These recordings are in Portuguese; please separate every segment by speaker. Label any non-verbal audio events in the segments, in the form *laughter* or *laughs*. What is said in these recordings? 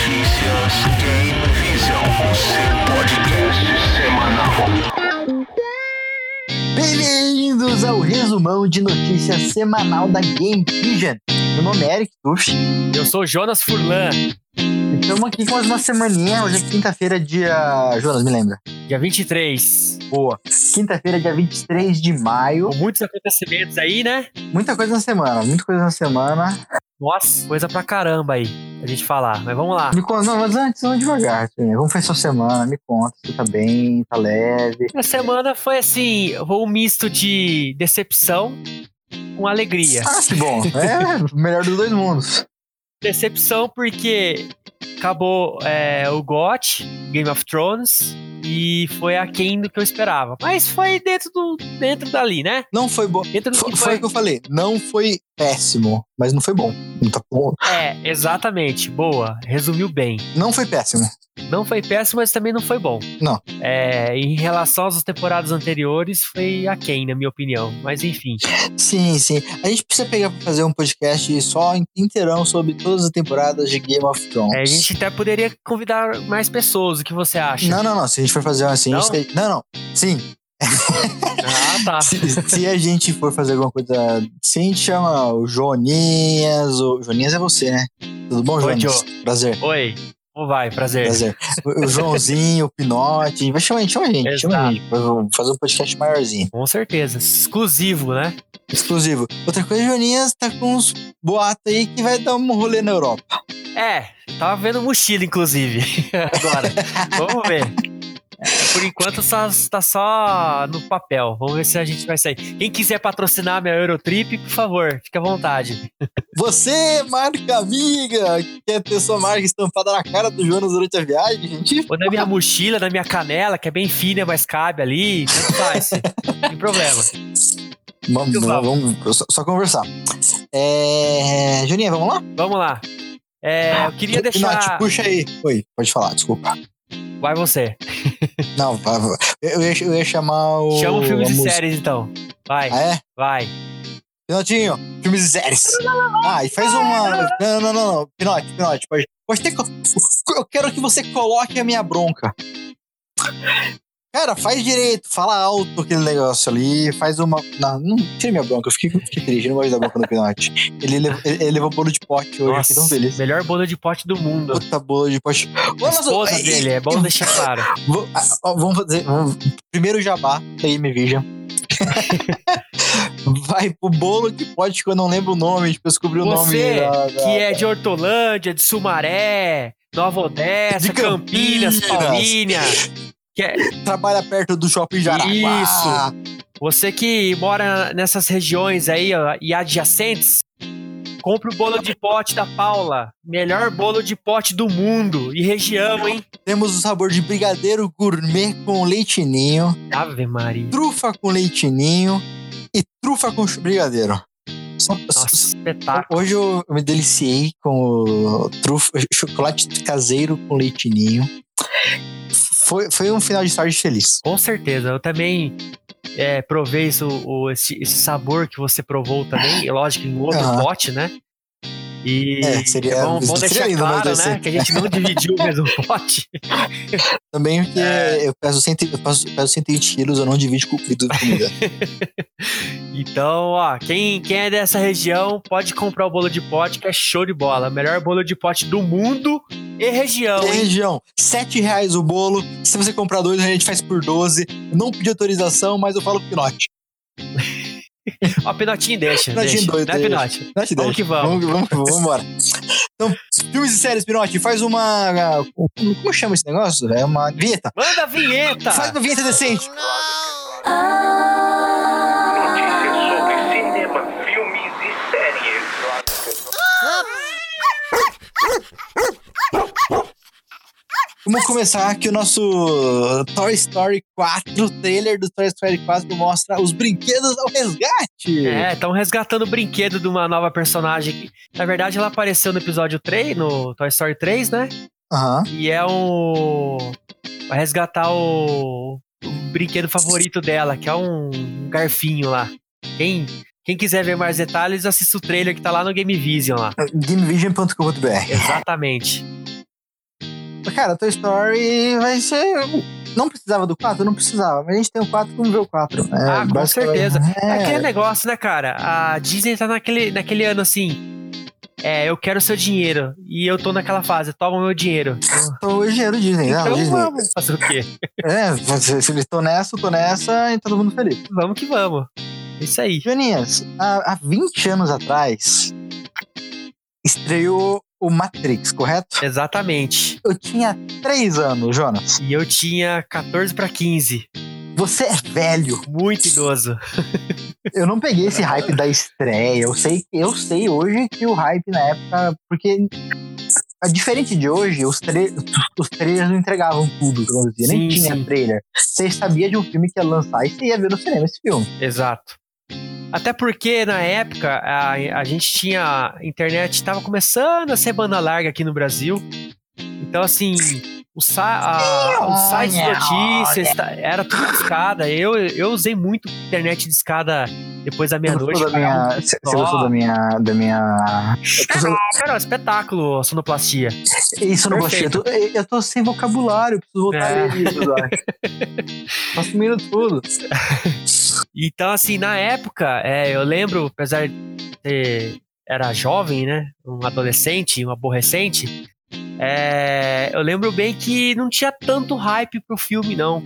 Speaker 1: Podcast Game Vision, o seu podcast semanal.
Speaker 2: Bem-vindos ao resumão de notícias semanal da Game Vision. Meu nome é Eric Tuff.
Speaker 3: Eu sou Jonas Furlan.
Speaker 2: Estamos aqui com uma semaninha. Hoje é quinta-feira, dia. Jonas, me lembra.
Speaker 3: Dia 23.
Speaker 2: Boa. Quinta-feira, dia 23 de maio.
Speaker 3: Com muitos acontecimentos aí, né?
Speaker 2: Muita coisa na semana, muita coisa na semana.
Speaker 3: Nossa, coisa pra caramba aí a gente falar. Mas vamos lá.
Speaker 2: Me conta, não, mas antes, vamos devagar. Assim, Como foi sua semana? Me conta, você tá bem, tá leve.
Speaker 3: Minha semana foi assim, um misto de decepção
Speaker 2: *laughs*
Speaker 3: com alegria.
Speaker 2: Ah, que bom. É, o melhor dos dois mundos.
Speaker 3: Decepção porque acabou é, o GOT, Game of Thrones, e foi aquém do que eu esperava. Mas foi dentro do dentro dali, né?
Speaker 2: Não foi bom.
Speaker 3: Dentro do
Speaker 2: Foi,
Speaker 3: que
Speaker 2: foi o que eu falei. Não foi péssimo, mas não foi bom. Não, tá bom.
Speaker 3: É, exatamente. Boa. Resumiu bem.
Speaker 2: não foi péssimo.
Speaker 3: Não foi péssimo, mas também não foi bom.
Speaker 2: Não.
Speaker 3: É, em relação às temporadas anteriores, foi aquém, na minha opinião. Mas enfim.
Speaker 2: Sim, sim. A gente precisa pegar pra fazer um podcast só inteirão sobre todas as temporadas de Game of Thrones.
Speaker 3: É, a gente até poderia convidar mais pessoas. O que você acha?
Speaker 2: Não, não, não. Se a gente for fazer assim. a gente tem-
Speaker 3: Não?
Speaker 2: Não, não. Sim.
Speaker 3: Ah, tá.
Speaker 2: Se, se a gente for fazer alguma coisa. Se a gente chama o Joninhas. O Joninhas é você, né? Tudo bom,
Speaker 3: Oi,
Speaker 2: Joninhas? Prazer.
Speaker 3: Oi. Como vai? Prazer.
Speaker 2: Prazer. O o Joãozinho, o Pinote. Vai chamar a gente, chama a gente. Chama a gente. Vamos fazer um podcast maiorzinho.
Speaker 3: Com certeza. Exclusivo, né?
Speaker 2: Exclusivo. Outra coisa, o Joninhas tá com uns boatos aí que vai dar um rolê na Europa.
Speaker 3: É, tava vendo mochila, inclusive. *laughs* Agora. Vamos ver. Por enquanto só, tá só no papel. Vamos ver se a gente vai sair. Quem quiser patrocinar minha Eurotrip, por favor, fique à vontade.
Speaker 2: Você, marca amiga, que quer ter sua marca estampada na cara do Jonas durante a viagem, gente?
Speaker 3: Ou na minha mochila, na minha canela, que é bem fina, mas cabe ali. Tanto faz. Não tem problema.
Speaker 2: Vamos,
Speaker 3: Exato.
Speaker 2: vamos só, só conversar. É... Juninha, vamos lá?
Speaker 3: Vamos lá. É, eu queria
Speaker 2: Pinote,
Speaker 3: deixar.
Speaker 2: puxa aí. Oi, pode falar, desculpa.
Speaker 3: Vai você.
Speaker 2: Não, vai, vai. eu, ia, eu ia chamar o...
Speaker 3: Chama filmes
Speaker 2: a
Speaker 3: e
Speaker 2: música.
Speaker 3: séries, então. Vai,
Speaker 2: Ah, é?
Speaker 3: vai.
Speaker 2: Pinotinho, filmes e séries. Ah, e faz uma... Não, não, não, não. Pinote, Pinote, pode... pode ter... co- Eu quero que você coloque a minha bronca. Cara, faz direito, fala alto aquele negócio ali, faz uma. Não, não tira minha bronca, eu fiquei, eu fiquei triste, eu não gosto da bronca do Pinote. Ele, levou- ele, ele levou bolo de pote hoje, eu
Speaker 3: Nossa,
Speaker 2: fiquei tão feliz.
Speaker 3: melhor bolo de pote do mundo.
Speaker 2: Puta bolo de pote.
Speaker 3: A
Speaker 2: Nossa,
Speaker 3: esposa
Speaker 2: e-
Speaker 3: dele, é
Speaker 2: então.
Speaker 3: bom deixar claro.
Speaker 2: Vou- ah, ó, vamos fazer. vamos- primeiro jabá, aí me veja. *laughs* Vai pro bolo de pote que eu não lembro o nome, tipo, eu descobri o nome.
Speaker 3: Você,
Speaker 2: da- da-
Speaker 3: que é de Hortolândia, de Sumaré, Nova Odessa,
Speaker 2: De Campinas.
Speaker 3: Campinas, Paulínia. Que é-
Speaker 2: Trabalha perto do shopping Ah, Jaraguá.
Speaker 3: Isso. você que mora nessas regiões aí ó, e adjacentes, compre o bolo de pote da Paula. Melhor bolo de pote do mundo e região, hein?
Speaker 2: Temos o sabor de brigadeiro gourmet com leitinho,
Speaker 3: Ave Maria.
Speaker 2: trufa com leitinho e trufa com chu- brigadeiro. Só- só-
Speaker 3: Nossa, espetáculo.
Speaker 2: Hoje eu me deliciei com o trufa, chocolate caseiro com leitinho. Foi, foi um final de tarde feliz.
Speaker 3: Com certeza, eu também é, provei isso, o- esse, esse sabor que você provou também, e lógico, em outro
Speaker 2: Aham.
Speaker 3: pote, né? E
Speaker 2: Ah. É, seria-
Speaker 3: é bom, bom
Speaker 2: seria
Speaker 3: deixar
Speaker 2: lindo, mas
Speaker 3: claro,
Speaker 2: deve
Speaker 3: né?
Speaker 2: ser.
Speaker 3: Que a gente não dividiu o mesmo *laughs* pote.
Speaker 2: Também porque
Speaker 3: É.
Speaker 2: eu, peso 100, eu, peso, eu peso 120 quilos, eu não divido com comida.
Speaker 3: *laughs*
Speaker 2: comida.
Speaker 3: Então, ó, quem, quem é dessa região pode comprar o bolo de pote, que é show de bola. Melhor bolo de pote do mundo e região,
Speaker 2: Tem
Speaker 3: hein?
Speaker 2: região, R$ 7 reais o bolo. Se você comprar dois, a gente faz por 12. Eu Não pedi autorização, mas eu falo pro Pinote.
Speaker 3: Ó, Pinotinho deixa,
Speaker 2: Pinotinho
Speaker 3: deixa.
Speaker 2: doido,
Speaker 3: né,
Speaker 2: deixa.
Speaker 3: Pinote?
Speaker 2: Não te
Speaker 3: Vamos
Speaker 2: deixa.
Speaker 3: que vamos.
Speaker 2: Vamos, vamos, vamos,
Speaker 3: *laughs*
Speaker 2: embora. Então, filmes e séries, Pinote, faz uma. ah, Como chama esse negócio? É uma vinheta.
Speaker 3: Manda a vinheta!
Speaker 2: Faz uma vinheta decente.
Speaker 1: Notícias sobre cinema, filmes e séries.
Speaker 2: Vamos começar que o nosso Toy Story 4, o trailer do Toy Story 4 mostra os brinquedos ao resgate.
Speaker 3: É, estão resgatando o brinquedo de uma nova personagem. que- Na verdade, ela apareceu no episódio 3, no Toy Story 3, né?
Speaker 2: Aham.
Speaker 3: E é um. Vai resgatar o, o brinquedo favorito dela, que é um, um garfinho lá. Quem, quem quiser ver mais detalhes, assista o trailer que tá lá no Game Vision lá.
Speaker 2: Gamevision.com.br.
Speaker 3: Exatamente.
Speaker 2: cara, Toy Story vai ser. um- Não precisava do 4? Não precisava. Mas a gente tem o 4 como ver o 4. É,
Speaker 3: ah, com
Speaker 2: basicamente-
Speaker 3: certeza. É.
Speaker 2: É,
Speaker 3: aquele negócio, né, cara? A Disney tá naquele, naquele ano assim. É, eu quero seu dinheiro. E eu tô naquela fase, toma o meu dinheiro.
Speaker 2: tô o dinheiro Disney, né?
Speaker 3: Então
Speaker 2: Disney.
Speaker 3: vamos fazer o quê?
Speaker 2: É, se se eles estão nessa, eu tô nessa e todo mundo feliz.
Speaker 3: Vamos que vamos. É Isso aí.
Speaker 2: Joaninhas, há, há 20 anos atrás estreou o Matrix, correto?
Speaker 3: Exatamente.
Speaker 2: Eu tinha 3 anos, Jonas.
Speaker 3: E eu tinha 14 pra 15.
Speaker 2: Você é velho.
Speaker 3: Muito idoso.
Speaker 2: Eu não peguei esse hype da estreia. Eu sei, eu sei hoje que o hype na época. Porque, a- diferente de hoje, os, tra- os trailers não entregavam tudo, vamos dizer. Nem
Speaker 3: Sim,
Speaker 2: tinha
Speaker 3: sim.
Speaker 2: trailer. Você sabia de um filme que ia lançar e você ia ver no cinema esse filme.
Speaker 3: Exato. Até porque na época a, a gente tinha. A internet tava começando a ser banda larga aqui no Brasil. Então, assim, o, sa a, o site de notícias tá- era tudo discada. Eu, eu usei muito internet discada depois da
Speaker 2: Você
Speaker 3: meia-noite.
Speaker 2: gostou da minha- Você você gostou da minha. Da minha
Speaker 3: Cara, cara, é um espetáculo, sonoplastia.
Speaker 2: Isso eu não gostei. Eu
Speaker 3: Perfeito.
Speaker 2: tô, eu tô sem vocabulário, eu preciso voltar
Speaker 3: É.
Speaker 2: a ler livros, eu
Speaker 3: *laughs*
Speaker 2: acho. Tô assumindo tudo.
Speaker 3: Então, assim, na época, é, eu lembro, apesar de ter, era jovem, né? Um adolescente, um aborrecente. é, eu lembro bem que não tinha tanto hype pro filme, não.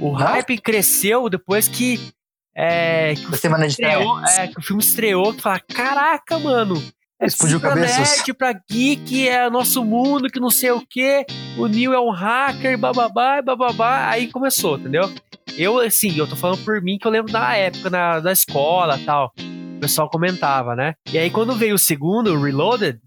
Speaker 3: O hype cresceu depois que, é, que, o,
Speaker 2: Da
Speaker 3: filme
Speaker 2: semana de estreia.
Speaker 3: estreou, é, que o filme estreou. Que fala, caraca, mano. É
Speaker 2: Explodiu
Speaker 3: pra
Speaker 2: cabeças."
Speaker 3: nerd, pra geek, é nosso mundo, que não sei o quê. O Neil é um hacker, bababá, bababá. Aí começou, entendeu? Eu, assim, eu tô falando por mim que eu lembro da época, na, da escola tal. O pessoal comentava, né? E aí, quando veio o segundo, o Reloaded,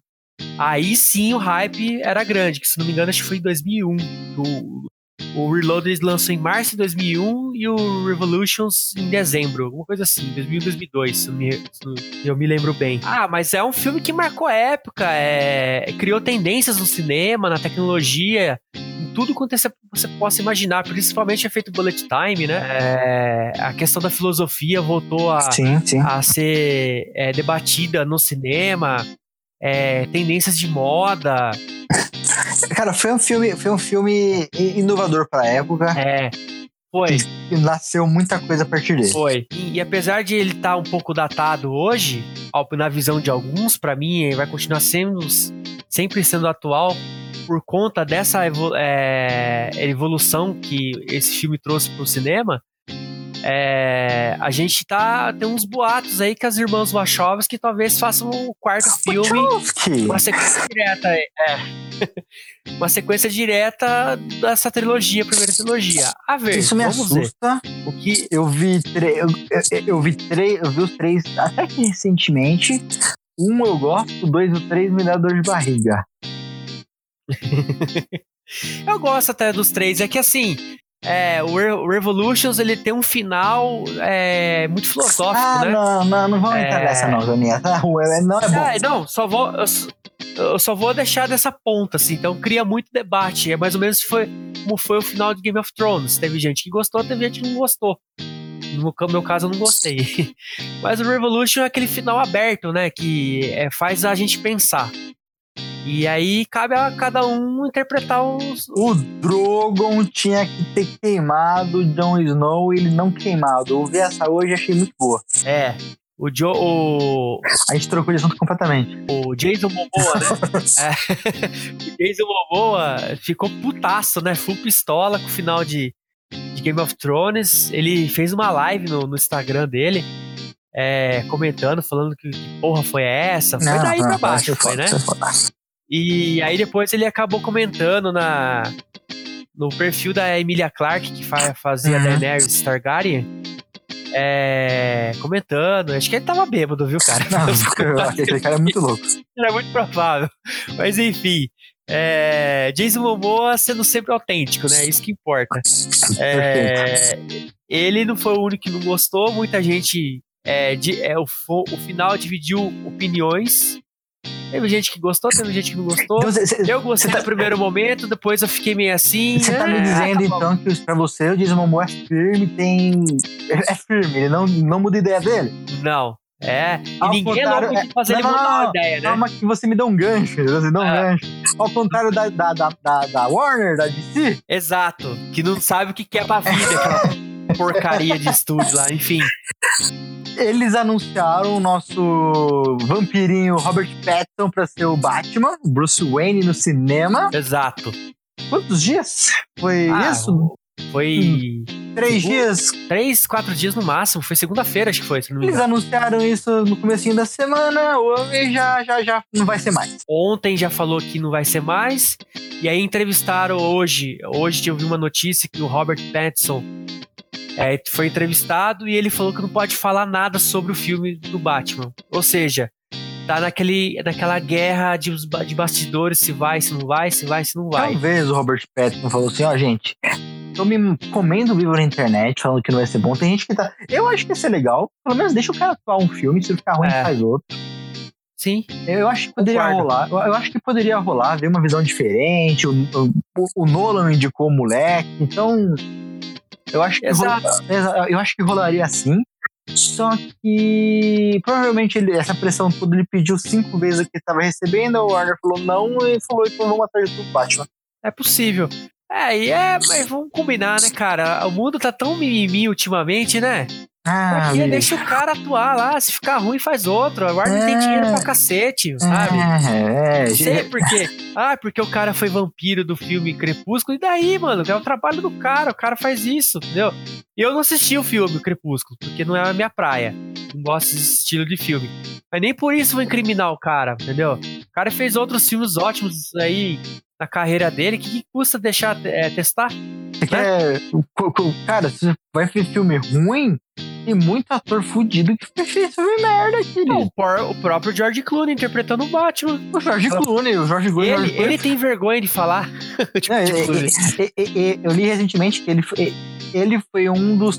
Speaker 3: aí sim o hype era grande, que se não me engano, acho que foi em 2001. O, o Reloaded lançou em março de 2001 e o Revolutions em dezembro, alguma coisa assim, 2001, 2002, se eu me, se não- se eu me lembro bem. Ah, mas é um filme que marcou época, é, criou tendências no cinema, na tecnologia, em tudo quanto você, você possa imaginar, principalmente efeito bullet time, né? É, a questão da filosofia voltou a,
Speaker 2: Sim, sim.
Speaker 3: a ser é, debatida no cinema, é, tendências de moda,
Speaker 2: Cara, foi um filme, foi um filme i- inovador pra época
Speaker 3: é, foi.
Speaker 2: e nasceu muita coisa a partir dele.
Speaker 3: Foi. E, e apesar de ele estar um pouco datado hoje, ao- na visão de alguns, pra mim, ele vai continuar sendo sempre sendo atual por conta dessa evo- é, evolução que esse filme trouxe pro cinema. É, a gente tá tem uns boatos aí que as irmãs Wachowski que talvez façam o quarto filme
Speaker 2: Tchotchkovsky.
Speaker 3: uma sequência direta é. *laughs* é. uma sequência direta dessa trilogia primeira trilogia a ver
Speaker 2: Isso me
Speaker 3: vamos ver
Speaker 2: assusta.
Speaker 3: o que
Speaker 2: Eu vi, tre- eu, eu- eu vi três, eu vi os três até que recentemente. Um eu gosto, dois ou três me dá dor de barriga.
Speaker 3: Eu gosto até dos três. É que assim, é, o Re- o Revolutions ele tem um final é, muito filosófico,
Speaker 2: ah,
Speaker 3: né?
Speaker 2: não, não, não vamos entrar
Speaker 3: É.
Speaker 2: nessa não, Janinha. Tá ruim, é- não é bom.
Speaker 3: É, não, só vou. Eu, s- eu só vou deixar dessa ponta, assim, então cria muito debate. É mais ou menos foi, como foi o final de Game of Thrones. Teve gente que gostou, teve gente que não gostou. No ca- meu caso, eu não gostei. *laughs* Mas o Revolution é aquele final aberto, né? Que é, faz a gente pensar. E aí cabe a cada um interpretar os,
Speaker 2: O Drogon tinha que ter queimado o Jon Snow e ele não queimado. Eu vi essa hoje e achei muito boa.
Speaker 3: É. O, jo, o,
Speaker 2: A gente trocou de assunto completamente.
Speaker 3: o Jason Momoa,
Speaker 2: *laughs*
Speaker 3: né? É. O Jason Momoa ficou putaço, né? Full pistola com o final de, de Game of Thrones. Ele fez uma live no, no Instagram dele, é, comentando, falando que, que porra foi essa. Foi daí pra baixo, foi, né? E aí depois ele acabou comentando na no perfil da Emilia Clarke que fa- fazia
Speaker 2: Uhum.
Speaker 3: Daenerys Targaryen, é, comentando. Acho que ele tava bêbado, viu, cara? *laughs*
Speaker 2: Não, *laughs* aquele cara é muito louco.
Speaker 3: Era muito provável. *laughs* Mas enfim, é, Jason Momoa sendo sempre autêntico, né? Isso que importa. É, ele não foi o único que não gostou. Muita gente. é, de- é, o, fo- o final dividiu opiniões. Teve gente que gostou, teve gente que não gostou.
Speaker 2: Você
Speaker 3: Eu gostei do primeiro momento, depois eu fiquei meio assim.
Speaker 2: tá me
Speaker 3: ah,
Speaker 2: dizendo
Speaker 3: tá bom.
Speaker 2: então que pra é você o Jason Momoa é firme, tem. É firme, ele não, não muda a ideia dele.
Speaker 3: Não, É, e
Speaker 2: Ao
Speaker 3: ninguém é louco
Speaker 2: contrário,
Speaker 3: de fazer
Speaker 2: não,
Speaker 3: ele
Speaker 2: não,
Speaker 3: mudar
Speaker 2: não,
Speaker 3: uma
Speaker 2: não.
Speaker 3: ideia, né?
Speaker 2: Calma que você me dá um gancho, entendeu? você dá um
Speaker 3: Ah.
Speaker 2: gancho. Ao contrário da, da, da, da, da Warner, da DC,
Speaker 3: Exato, que não sabe o que que é pra vida, aquela
Speaker 2: *laughs*
Speaker 3: porcaria de estúdio lá, enfim.
Speaker 2: eles anunciaram o nosso vampirinho Robert Pattinson pra ser o Batman, Bruce Wayne no cinema.
Speaker 3: Exato.
Speaker 2: Quantos dias? Foi
Speaker 3: Ah,
Speaker 2: isso?
Speaker 3: Foi
Speaker 2: Três
Speaker 3: o-
Speaker 2: dias?
Speaker 3: três, quatro dias no máximo. Foi segunda-feira, acho que foi, se não me
Speaker 2: Eles
Speaker 3: engano.
Speaker 2: anunciaram isso no comecinho da semana, hoje já, já, já não vai ser mais.
Speaker 3: Ontem já falou que não vai ser mais. E aí entrevistaram hoje. Hoje eu vi uma notícia que o Robert Pattinson é, foi entrevistado e ele falou que não pode falar nada sobre o filme do Batman. Ou seja, tá naquele, naquela guerra de, os ba- de bastidores, se vai, se não vai, se vai, se não vai.
Speaker 2: Talvez o Robert Pattinson falou assim, ó, gente, tô me comendo livro na internet, falando que não vai ser bom. Tem gente que tá. Eu acho que ia ser legal. Pelo menos deixa o cara atuar um filme, se ele ficar ruim,
Speaker 3: É.
Speaker 2: faz outro.
Speaker 3: Sim,
Speaker 2: Eu acho que poderia
Speaker 3: Concordo.
Speaker 2: rolar. Eu- Eu acho que poderia rolar, ver uma visão diferente. O, o- o Nolan indicou o moleque, então. Eu acho, que
Speaker 3: Exato.
Speaker 2: rola- exa- eu acho que rolaria assim. Só que provavelmente ele- essa pressão toda ele pediu cinco vezes o que estava recebendo, a Warner falou não e falou: então vamos atrás do Batman.
Speaker 3: é possível. É, e é, mas vamos combinar, né, cara? O mundo tá tão mimimi ultimamente, né?
Speaker 2: Ah,
Speaker 3: Pra quê?
Speaker 2: meu.
Speaker 3: deixa o cara atuar lá. Se ficar ruim, faz outro. A Warner
Speaker 2: É.
Speaker 3: tem dinheiro pra cacete, sabe?
Speaker 2: É, é,
Speaker 3: Não sei
Speaker 2: gente,
Speaker 3: por quê. Ah, porque o cara foi vampiro do filme Crepúsculo. E daí, mano? É o trabalho do cara. O cara faz isso, entendeu? Eu não assisti o filme Crepúsculo, porque não é a minha praia. Não gosto desse estilo de filme. Mas nem por isso vou incriminar o cara, entendeu? O cara fez outros filmes ótimos aí na carreira dele. O que, que custa deixar é, testar?
Speaker 2: você quer- é, co- co- Cara, você vai ver filme ruim e muito ator fudido que fez filme merda,
Speaker 3: Não,
Speaker 2: querido.
Speaker 3: o, por- o próprio George Clooney interpretando o Batman.
Speaker 2: O Jorge Clooney, o Jorge Clooney. Jorge
Speaker 3: Ele,
Speaker 2: Clooney
Speaker 3: ele tem vergonha
Speaker 2: *laughs*
Speaker 3: de falar. Tipo,
Speaker 2: Não,
Speaker 3: tipo,
Speaker 2: e- e- e- e- é, eu li recentemente que ele foi, ele foi um dos.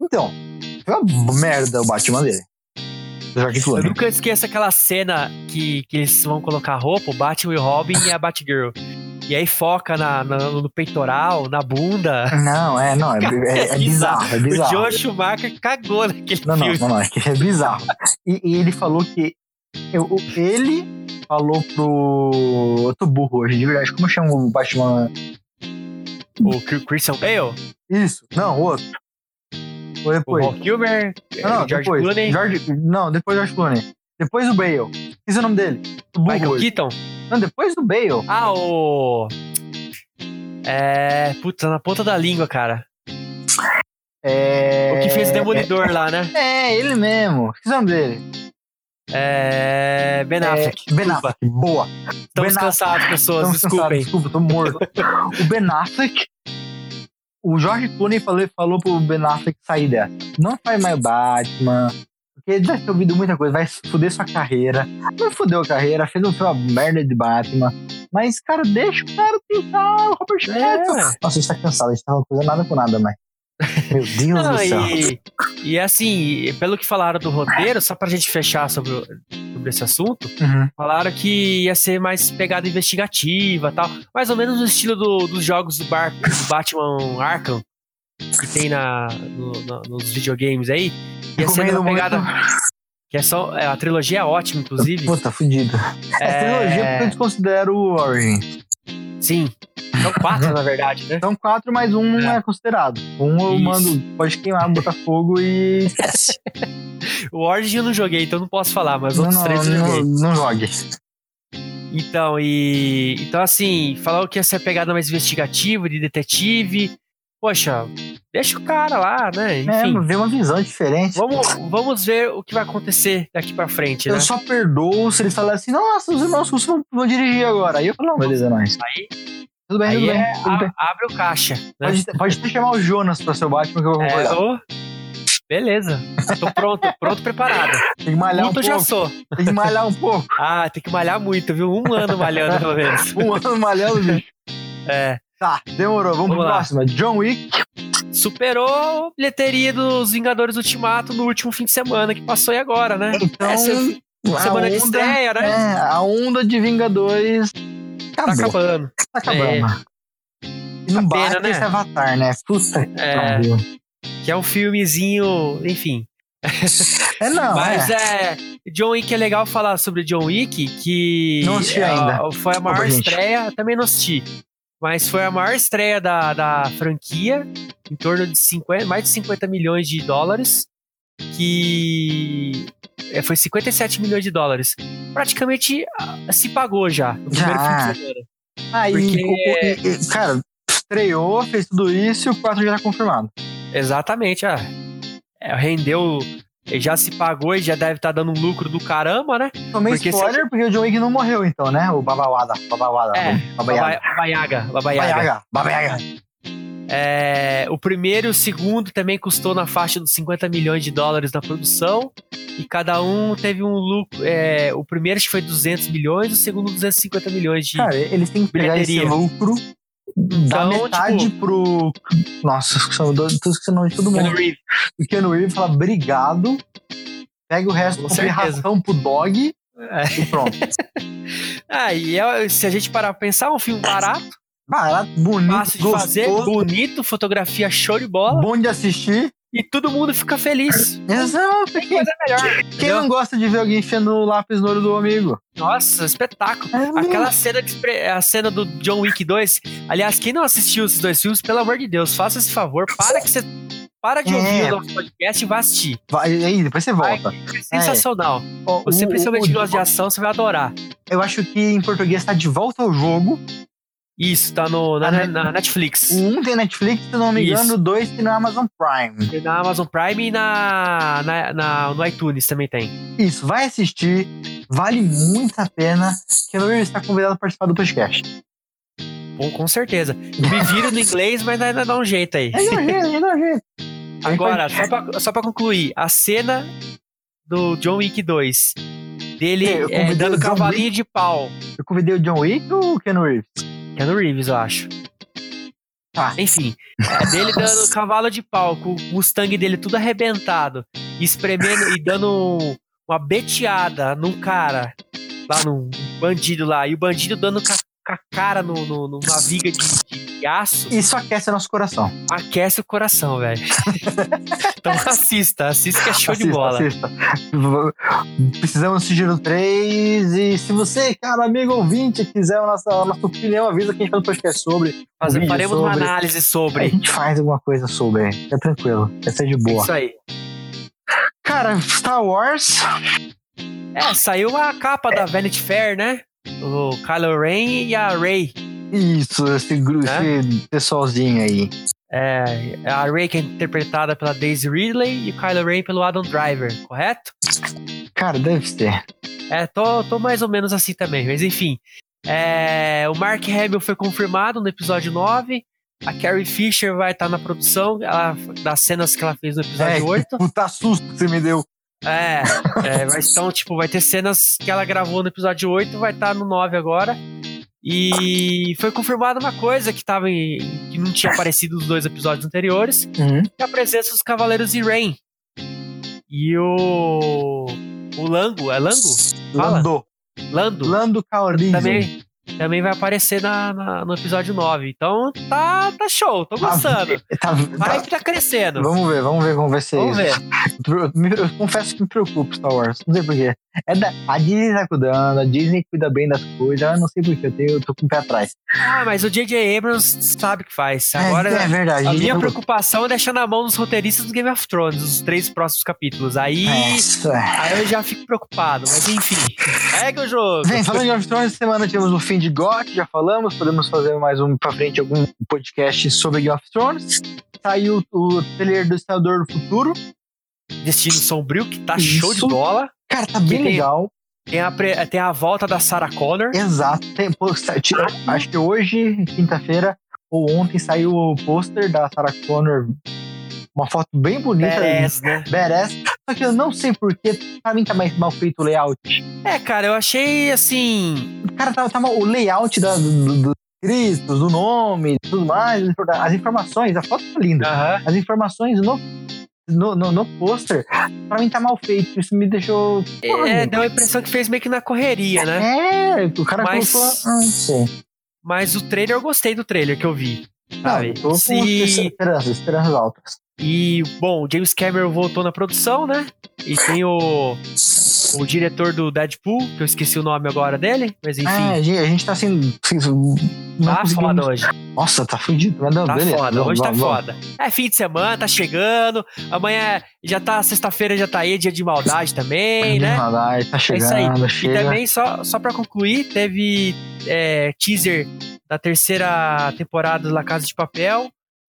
Speaker 2: Então, foi uma merda o Batman dele. Do Jorge
Speaker 3: Eu
Speaker 2: Clooney.
Speaker 3: nunca esqueço aquela cena que, que eles vão colocar a roupa, o Batman e o Robin e a Batgirl. E aí foca na, na- no peitoral, na bunda.
Speaker 2: Não, é, não, é, *laughs* é- é bizarro, é *laughs*
Speaker 3: O
Speaker 2: bizarro.
Speaker 3: Joe Schumacher cagou naquele
Speaker 2: Não, não,
Speaker 3: filme.
Speaker 2: não, não, é que é bizarro. E, e ele falou que. eu- o- ele falou pro. Eu tô burro hoje, de verdade. Como eu chamo o Batman?
Speaker 3: O Cr- Christian Bale,
Speaker 2: Isso, não, o outro. Foi
Speaker 3: o
Speaker 2: depois.
Speaker 3: Val Kilmer,
Speaker 2: Não, não,
Speaker 3: o eh, George
Speaker 2: depois.
Speaker 3: Clooney,
Speaker 2: George- não, depois o George Clooney. Depois o Bale. Esqueci o nome dele. Tô burro
Speaker 3: Michael
Speaker 2: hoje.
Speaker 3: Keaton.
Speaker 2: Não, depois do Bale.
Speaker 3: Ah, o... É... Puta, na ponta da língua, cara.
Speaker 2: É...
Speaker 3: O que fez o Demolidor lá, né?
Speaker 2: É, ele mesmo. Esqueci o nome dele.
Speaker 3: É... Ben Affleck.
Speaker 2: É, ben Affleck. Boa.
Speaker 3: Estamos
Speaker 2: Ben Affleck.
Speaker 3: cansados, pessoas,
Speaker 2: Estamos cansados,
Speaker 3: desculpem.
Speaker 2: Desculpa, tô *laughs* morto. o Ben Affleck. O Jorge Clooney falou, falou pro Ben Affleck sair dessa. Não faz mais Batman. Porque ele deve ter ouvido muita coisa. Vai foder sua carreira. Não fudeu a carreira. Fez um filme uma merda de Batman. Mas, cara, deixa o cara tentar o Robert
Speaker 3: É,
Speaker 2: Pattinson.
Speaker 3: ué.
Speaker 2: Nossa, a gente tá cansado. A gente tá falando coisa nada com nada, mas... Meu Deus
Speaker 3: Não,
Speaker 2: do céu.
Speaker 3: e, e assim, pelo que falaram do roteiro, só pra gente fechar sobre, o- sobre esse assunto,
Speaker 2: Uhum.
Speaker 3: falaram que ia ser mais pegada investigativa e tal. Mais ou menos no estilo do- dos jogos do, Bar- do Batman Arkham, que tem na, no- no- nos videogames aí. Ia ser
Speaker 2: Recomendo
Speaker 3: uma
Speaker 2: muito.
Speaker 3: pegada. Que é só. é, a trilogia é ótima, inclusive.
Speaker 2: Puta, fudido. É, trilogia porque eu desconsidero o Origin.
Speaker 3: Sim. São quatro, na
Speaker 2: *laughs*
Speaker 3: verdade, né?
Speaker 2: São quatro, mas um
Speaker 3: É.
Speaker 2: é, considerado. Um eu
Speaker 3: Isso.
Speaker 2: mando, pode queimar, botar fogo e.
Speaker 3: O Origin eu não joguei, então não posso falar, mas os outros
Speaker 2: não,
Speaker 3: três eu joguei.
Speaker 2: não, não jogue.
Speaker 3: Então, e. Então, assim, falar o que ia ser a pegada mais investigativa, de detetive. Poxa, deixa o cara lá, né?
Speaker 2: É,
Speaker 3: Enfim.
Speaker 2: vê uma visão diferente.
Speaker 3: vamos, vamos ver o que vai acontecer daqui pra frente, né?
Speaker 2: Eu só perdoo se eles falarem assim, nossa, os irmãos russos vão, vão dirigir agora. Aí eu falo, não, beleza, nós.
Speaker 3: Aí-
Speaker 2: tudo bem,
Speaker 3: aí
Speaker 2: tudo bem.
Speaker 3: é
Speaker 2: tudo bem.
Speaker 3: A- abre o caixa. Né?
Speaker 2: Pode, pode até chamar o Jonas pra ser o Batman que eu vou
Speaker 3: É,
Speaker 2: concordar.
Speaker 3: ô, Beleza. Tô pronto, pronto, preparado.
Speaker 2: Tem que *laughs* malhar um
Speaker 3: Muito eu já
Speaker 2: pouco.
Speaker 3: sou.
Speaker 2: Tem que malhar um
Speaker 3: *laughs*
Speaker 2: pouco.
Speaker 3: Ah, tem que malhar muito, viu? Um ano malhando, pelo menos.
Speaker 2: Um ano malhando, bicho.
Speaker 3: É.
Speaker 2: Tá, demorou. Vamos,
Speaker 3: Vamos
Speaker 2: pro
Speaker 3: lá.
Speaker 2: próximo. É John Wick.
Speaker 3: Superou a bilheteria dos Vingadores Ultimato no último fim de semana que passou e agora, né?
Speaker 2: Então,
Speaker 3: Essa
Speaker 2: a
Speaker 3: semana de
Speaker 2: onda-
Speaker 3: estreia, né?
Speaker 2: É, a onda de Vingadores
Speaker 3: Tá
Speaker 2: acabou.
Speaker 3: acabando.
Speaker 2: Tá acabando. E não
Speaker 3: Uma
Speaker 2: bate
Speaker 3: pena, É. né?
Speaker 2: esse Avatar, né? Puta que
Speaker 3: É,
Speaker 2: pariu.
Speaker 3: que é um filmezinho, enfim.
Speaker 2: É não,
Speaker 3: Mas
Speaker 2: é.
Speaker 3: é. John Wick é legal falar sobre John Wick, que.
Speaker 2: Não assisti
Speaker 3: é,
Speaker 2: ainda.
Speaker 3: Foi a maior
Speaker 2: Desculpa, gente.
Speaker 3: estreia, também não assisti. Mas foi a maior estreia da, da franquia, em torno de 50, mais de 50 milhões de dólares. Que. é, foi 57 milhões de dólares. Praticamente ah, se pagou já. No primeiro
Speaker 2: Já. é.
Speaker 3: fim de semana.
Speaker 2: Aí,
Speaker 3: é, porque- é-
Speaker 2: o- o- e- e, cara, estreou, fez tudo isso e o 4 já tá confirmado.
Speaker 3: Exatamente, ah, é, rendeu. Já se pagou e já deve estar dando um lucro do caramba, né?
Speaker 2: Tomei
Speaker 3: Porque se-
Speaker 2: spoiler porque o John Wick não morreu, então, né? O Babawada. Babawada.
Speaker 3: É,
Speaker 2: Babaiaga.
Speaker 3: Babaiaga. Babaiaga.
Speaker 2: Babaiaga. Babaiaga.
Speaker 3: É, o primeiro e o segundo também custou na faixa dos 50 milhões de dólares na produção. E cada um teve um lucro. é, o primeiro acho que foi 200 milhões, o segundo 250 milhões de.
Speaker 2: Cara, eles têm que pegar esse
Speaker 3: Bilheteria.
Speaker 2: lucro da
Speaker 3: Então,
Speaker 2: metade pro. Nossa, são dois, tô esquecendo o nome de todo mundo. O Keanu Reeves fala obrigado, pega o resto
Speaker 3: Com É.
Speaker 2: compra ração pro dog e pronto.
Speaker 3: Ah, e é- se a gente parar pra pensar, é um filme barato,
Speaker 2: Barato, bonito,
Speaker 3: Hum, fácil de
Speaker 2: gostoso,
Speaker 3: fazer, bonito, fotografia show de bola,
Speaker 2: bom de assistir.
Speaker 3: e todo mundo fica feliz.
Speaker 2: Exato,
Speaker 3: Tem
Speaker 2: quem,
Speaker 3: coisa é melhor.
Speaker 2: quem não gosta de ver alguém enfiando o lápis no olho do amigo?
Speaker 3: Nossa, espetáculo.
Speaker 2: É lindo.
Speaker 3: Aquela cena, de expre- a cena do John Wick 2. Aliás, quem não assistiu esses dois filmes, pelo amor de Deus, faça esse favor. Para que você. Para de
Speaker 2: É.
Speaker 3: ouvir o nosso podcast e vá assistir.
Speaker 2: Vai, aí, depois você
Speaker 3: Vai.
Speaker 2: volta.
Speaker 3: É sensacional.
Speaker 2: Ó,
Speaker 3: Você,
Speaker 2: o-
Speaker 3: principalmente que
Speaker 2: o-
Speaker 3: gosta de ação, você vai adorar.
Speaker 2: Eu acho que em português tá de volta ao jogo.
Speaker 3: Isso, tá no, na,
Speaker 2: Ah, né?
Speaker 3: na- na Netflix.
Speaker 2: O 1 um tem Netflix, se não me
Speaker 3: Isso.
Speaker 2: engano, o 2 tem na Amazon Prime.
Speaker 3: Na Amazon Prime e na, na, na- no iTunes também tem.
Speaker 2: Isso, vai assistir, vale muito a pena. Keanu Reeves está convidado a participar do podcast.
Speaker 3: Bom, com certeza. Eu me viro no inglês, mas ainda dá um jeito aí.
Speaker 2: É nojento, é nojento.
Speaker 3: Agora, só pra, só pra concluir, a cena do John Wick 2. Dele
Speaker 2: É, eu
Speaker 3: é,
Speaker 2: convidei o
Speaker 3: dando
Speaker 2: John
Speaker 3: cavalinho de pau.
Speaker 2: Eu convidei o John Wick ou o Keanu Reeves?
Speaker 3: Que é no Reeves, eu acho.
Speaker 2: Tá.
Speaker 3: Enfim, é
Speaker 2: *laughs*
Speaker 3: dele dando cavalo de pau, com o Mustang dele tudo arrebentado, e espremendo e dando um, uma beteada num cara, lá num bandido lá, e o bandido dando ca- com a cara no, no- numa viga de, de aço,
Speaker 2: Isso aquece nosso coração.
Speaker 3: aquece o coração, velho.
Speaker 2: *laughs*
Speaker 3: então assista, assista que é show de
Speaker 2: Assista,
Speaker 3: bola.
Speaker 2: assista. V- Precisamos assistir o 3. E se você, cara, amigo ouvinte, quiser a nossa, a nossa opinião, avisa que a gente faz um podcast sobre.
Speaker 3: Faz-
Speaker 2: vídeo
Speaker 3: faremos uma
Speaker 2: sobre.
Speaker 3: análise
Speaker 2: A
Speaker 3: sobre.
Speaker 2: gente faz alguma coisa sobre. É tranquilo. Essa é de boa.
Speaker 3: Isso aí.
Speaker 2: Cara, Star Wars.
Speaker 3: É, saiu a capa da Vanity Fair, né? O Kylo Ren e a Rey.
Speaker 2: Isso, esse, gru-
Speaker 3: Né?
Speaker 2: esse pessoalzinho aí.
Speaker 3: É, a Ray que é interpretada pela Daisy Ridley e o Kylo Ren pelo Adam Driver, correto?
Speaker 2: Cara, deve ser.
Speaker 3: É, tô, tô mais ou menos assim também, mas enfim. É, o Mark Hamill foi confirmado no episódio 9. A Carrie Fisher vai estar na produção ela- das cenas que ela fez no episódio
Speaker 2: É, que
Speaker 3: 8.
Speaker 2: puta susto que você me deu.
Speaker 3: É, é, vai- então, tipo, vai ter cenas que ela gravou no episódio 8, vai estar no 9 agora. E foi confirmada uma coisa que, tava em, que não tinha aparecido nos dois episódios anteriores, e a presença dos Cavaleiros de Rain. E o. O Lango, é Lango? Fala. Tá
Speaker 2: Lando.
Speaker 3: Lando.
Speaker 2: Lando Calrissian.
Speaker 3: Também, também vai aparecer na, na- no episódio 9. Então tá, tá show,
Speaker 2: Ah,
Speaker 3: tô gostando.
Speaker 2: Tá-
Speaker 3: Vai
Speaker 2: tá-
Speaker 3: que tá crescendo.
Speaker 2: Vamos ver, vamos ver como vai ser
Speaker 3: Vamos
Speaker 2: isso.
Speaker 3: ver.
Speaker 2: Eu, me- *laughs* eu confesso que me preocupo Star Wars, não sei porquê. É da, a Disney tá cuidando, a Disney cuida bem das coisas, eu não sei porquê, eu, tenho- eu tô com o pé atrás.
Speaker 3: Ah, mas o J.J. Abrams sabe o que faz. Agora.
Speaker 2: é, é verdade.
Speaker 3: A minha
Speaker 2: eu-
Speaker 3: preocupação é deixar na mão dos roteiristas do Game of Thrones os três próximos capítulos. Aí,
Speaker 2: É, isso é.
Speaker 3: aí eu já fico preocupado, mas enfim. Segue o jogo.
Speaker 2: Vem, falando de Game of Thrones, essa semana tivemos o fim de GOT, já falamos, podemos fazer mais um pra frente, algum podcast sobre Game of Thrones. Saiu o trailer do Estador do Futuro.
Speaker 3: Destino Sombrio, que tá show de
Speaker 2: Isso.
Speaker 3: bola.
Speaker 2: Cara, tá bem
Speaker 3: Que
Speaker 2: legal.
Speaker 3: Tem a, pre- tem a volta da Sarah Connor.
Speaker 2: Exato. Tem- pô, sa- ti- acho que hoje, quinta-feira, ou ontem, saiu o pôster da Sarah Connor. Uma foto bem bonita.
Speaker 3: Perez, né?
Speaker 2: Badass. Só que eu não sei porquê, pra mim tá mais mal feito o layout.
Speaker 3: É, cara, eu achei assim.
Speaker 2: Cara, tá, tá mal- o layout da, do, do, Cristo, do nome, tudo mais, as informações, a foto tá linda.
Speaker 3: Aham.
Speaker 2: As informações no, no, no, no pôster, pra mim tá mal feito. Isso me deixou.
Speaker 3: É, deu a impressão que fez meio que na correria, né?
Speaker 2: É, o cara
Speaker 3: Mas-
Speaker 2: colocou. Ah, não sei.
Speaker 3: Mas o trailer, eu gostei do trailer que eu vi.
Speaker 2: Não,
Speaker 3: Sabe?
Speaker 2: eu tô com
Speaker 3: Se-
Speaker 2: esperanças, esperanças altas.
Speaker 3: E, bom, o James Cameron voltou na produção, né? E tem o, o diretor do Deadpool, que eu esqueci o nome agora dele, mas enfim,
Speaker 2: Ah, a gente, a gente tá assim. não
Speaker 3: tá
Speaker 2: conseguimos-
Speaker 3: foda hoje.
Speaker 2: Nossa, tá fudido. Mas não,
Speaker 3: Tá
Speaker 2: beleza.
Speaker 3: foda,
Speaker 2: Vamos,
Speaker 3: hoje tá
Speaker 2: vamos, vamos.
Speaker 3: foda. É fim de semana, tá chegando. Amanhã já tá, sexta-feira já tá aí, dia de maldade também, né?
Speaker 2: Vamos lá, Tá
Speaker 3: isso
Speaker 2: chegando,
Speaker 3: aí. E
Speaker 2: chega.
Speaker 3: também, só, só pra concluir, teve é, teaser da terceira temporada da Casa de Papel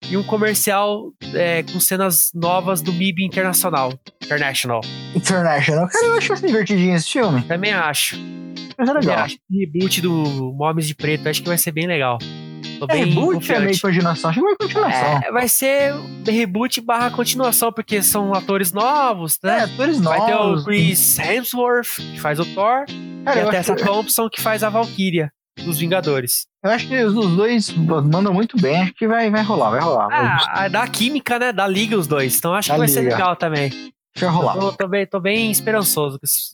Speaker 3: e um comercial é, com cenas novas do MIB Internacional. International.
Speaker 2: International. Cara, eu acho assim divertidinho esse filme.
Speaker 3: Também acho.
Speaker 2: Mas é
Speaker 3: Também
Speaker 2: legal.
Speaker 3: acho. O reboot do Homens de Preto, acho que vai ser bem legal. Tô
Speaker 2: É,
Speaker 3: bem
Speaker 2: reboot é
Speaker 3: confiante.
Speaker 2: meio continuação. Acho que vai continuação.
Speaker 3: É, vai ser reboot barra continuação, porque são atores novos,
Speaker 2: É,
Speaker 3: né?
Speaker 2: atores novos.
Speaker 3: Vai ter o Chris Hemsworth, que faz o Thor,
Speaker 2: Cara,
Speaker 3: e
Speaker 2: eu
Speaker 3: a
Speaker 2: acho,
Speaker 3: Tessa Thompson, que faz a Valkyria dos Vingadores.
Speaker 2: eu acho que os os dois mandam muito bem. Acho que vai, vai rolar, vai rolar. Vai-
Speaker 3: Ah, a- da química, né? Da liga os dois. Então acho
Speaker 2: Da
Speaker 3: que vai ser
Speaker 2: liga.
Speaker 3: legal também.
Speaker 2: Deixa eu rolar.
Speaker 3: Tô, tô bem, tô bem esperançoso com esse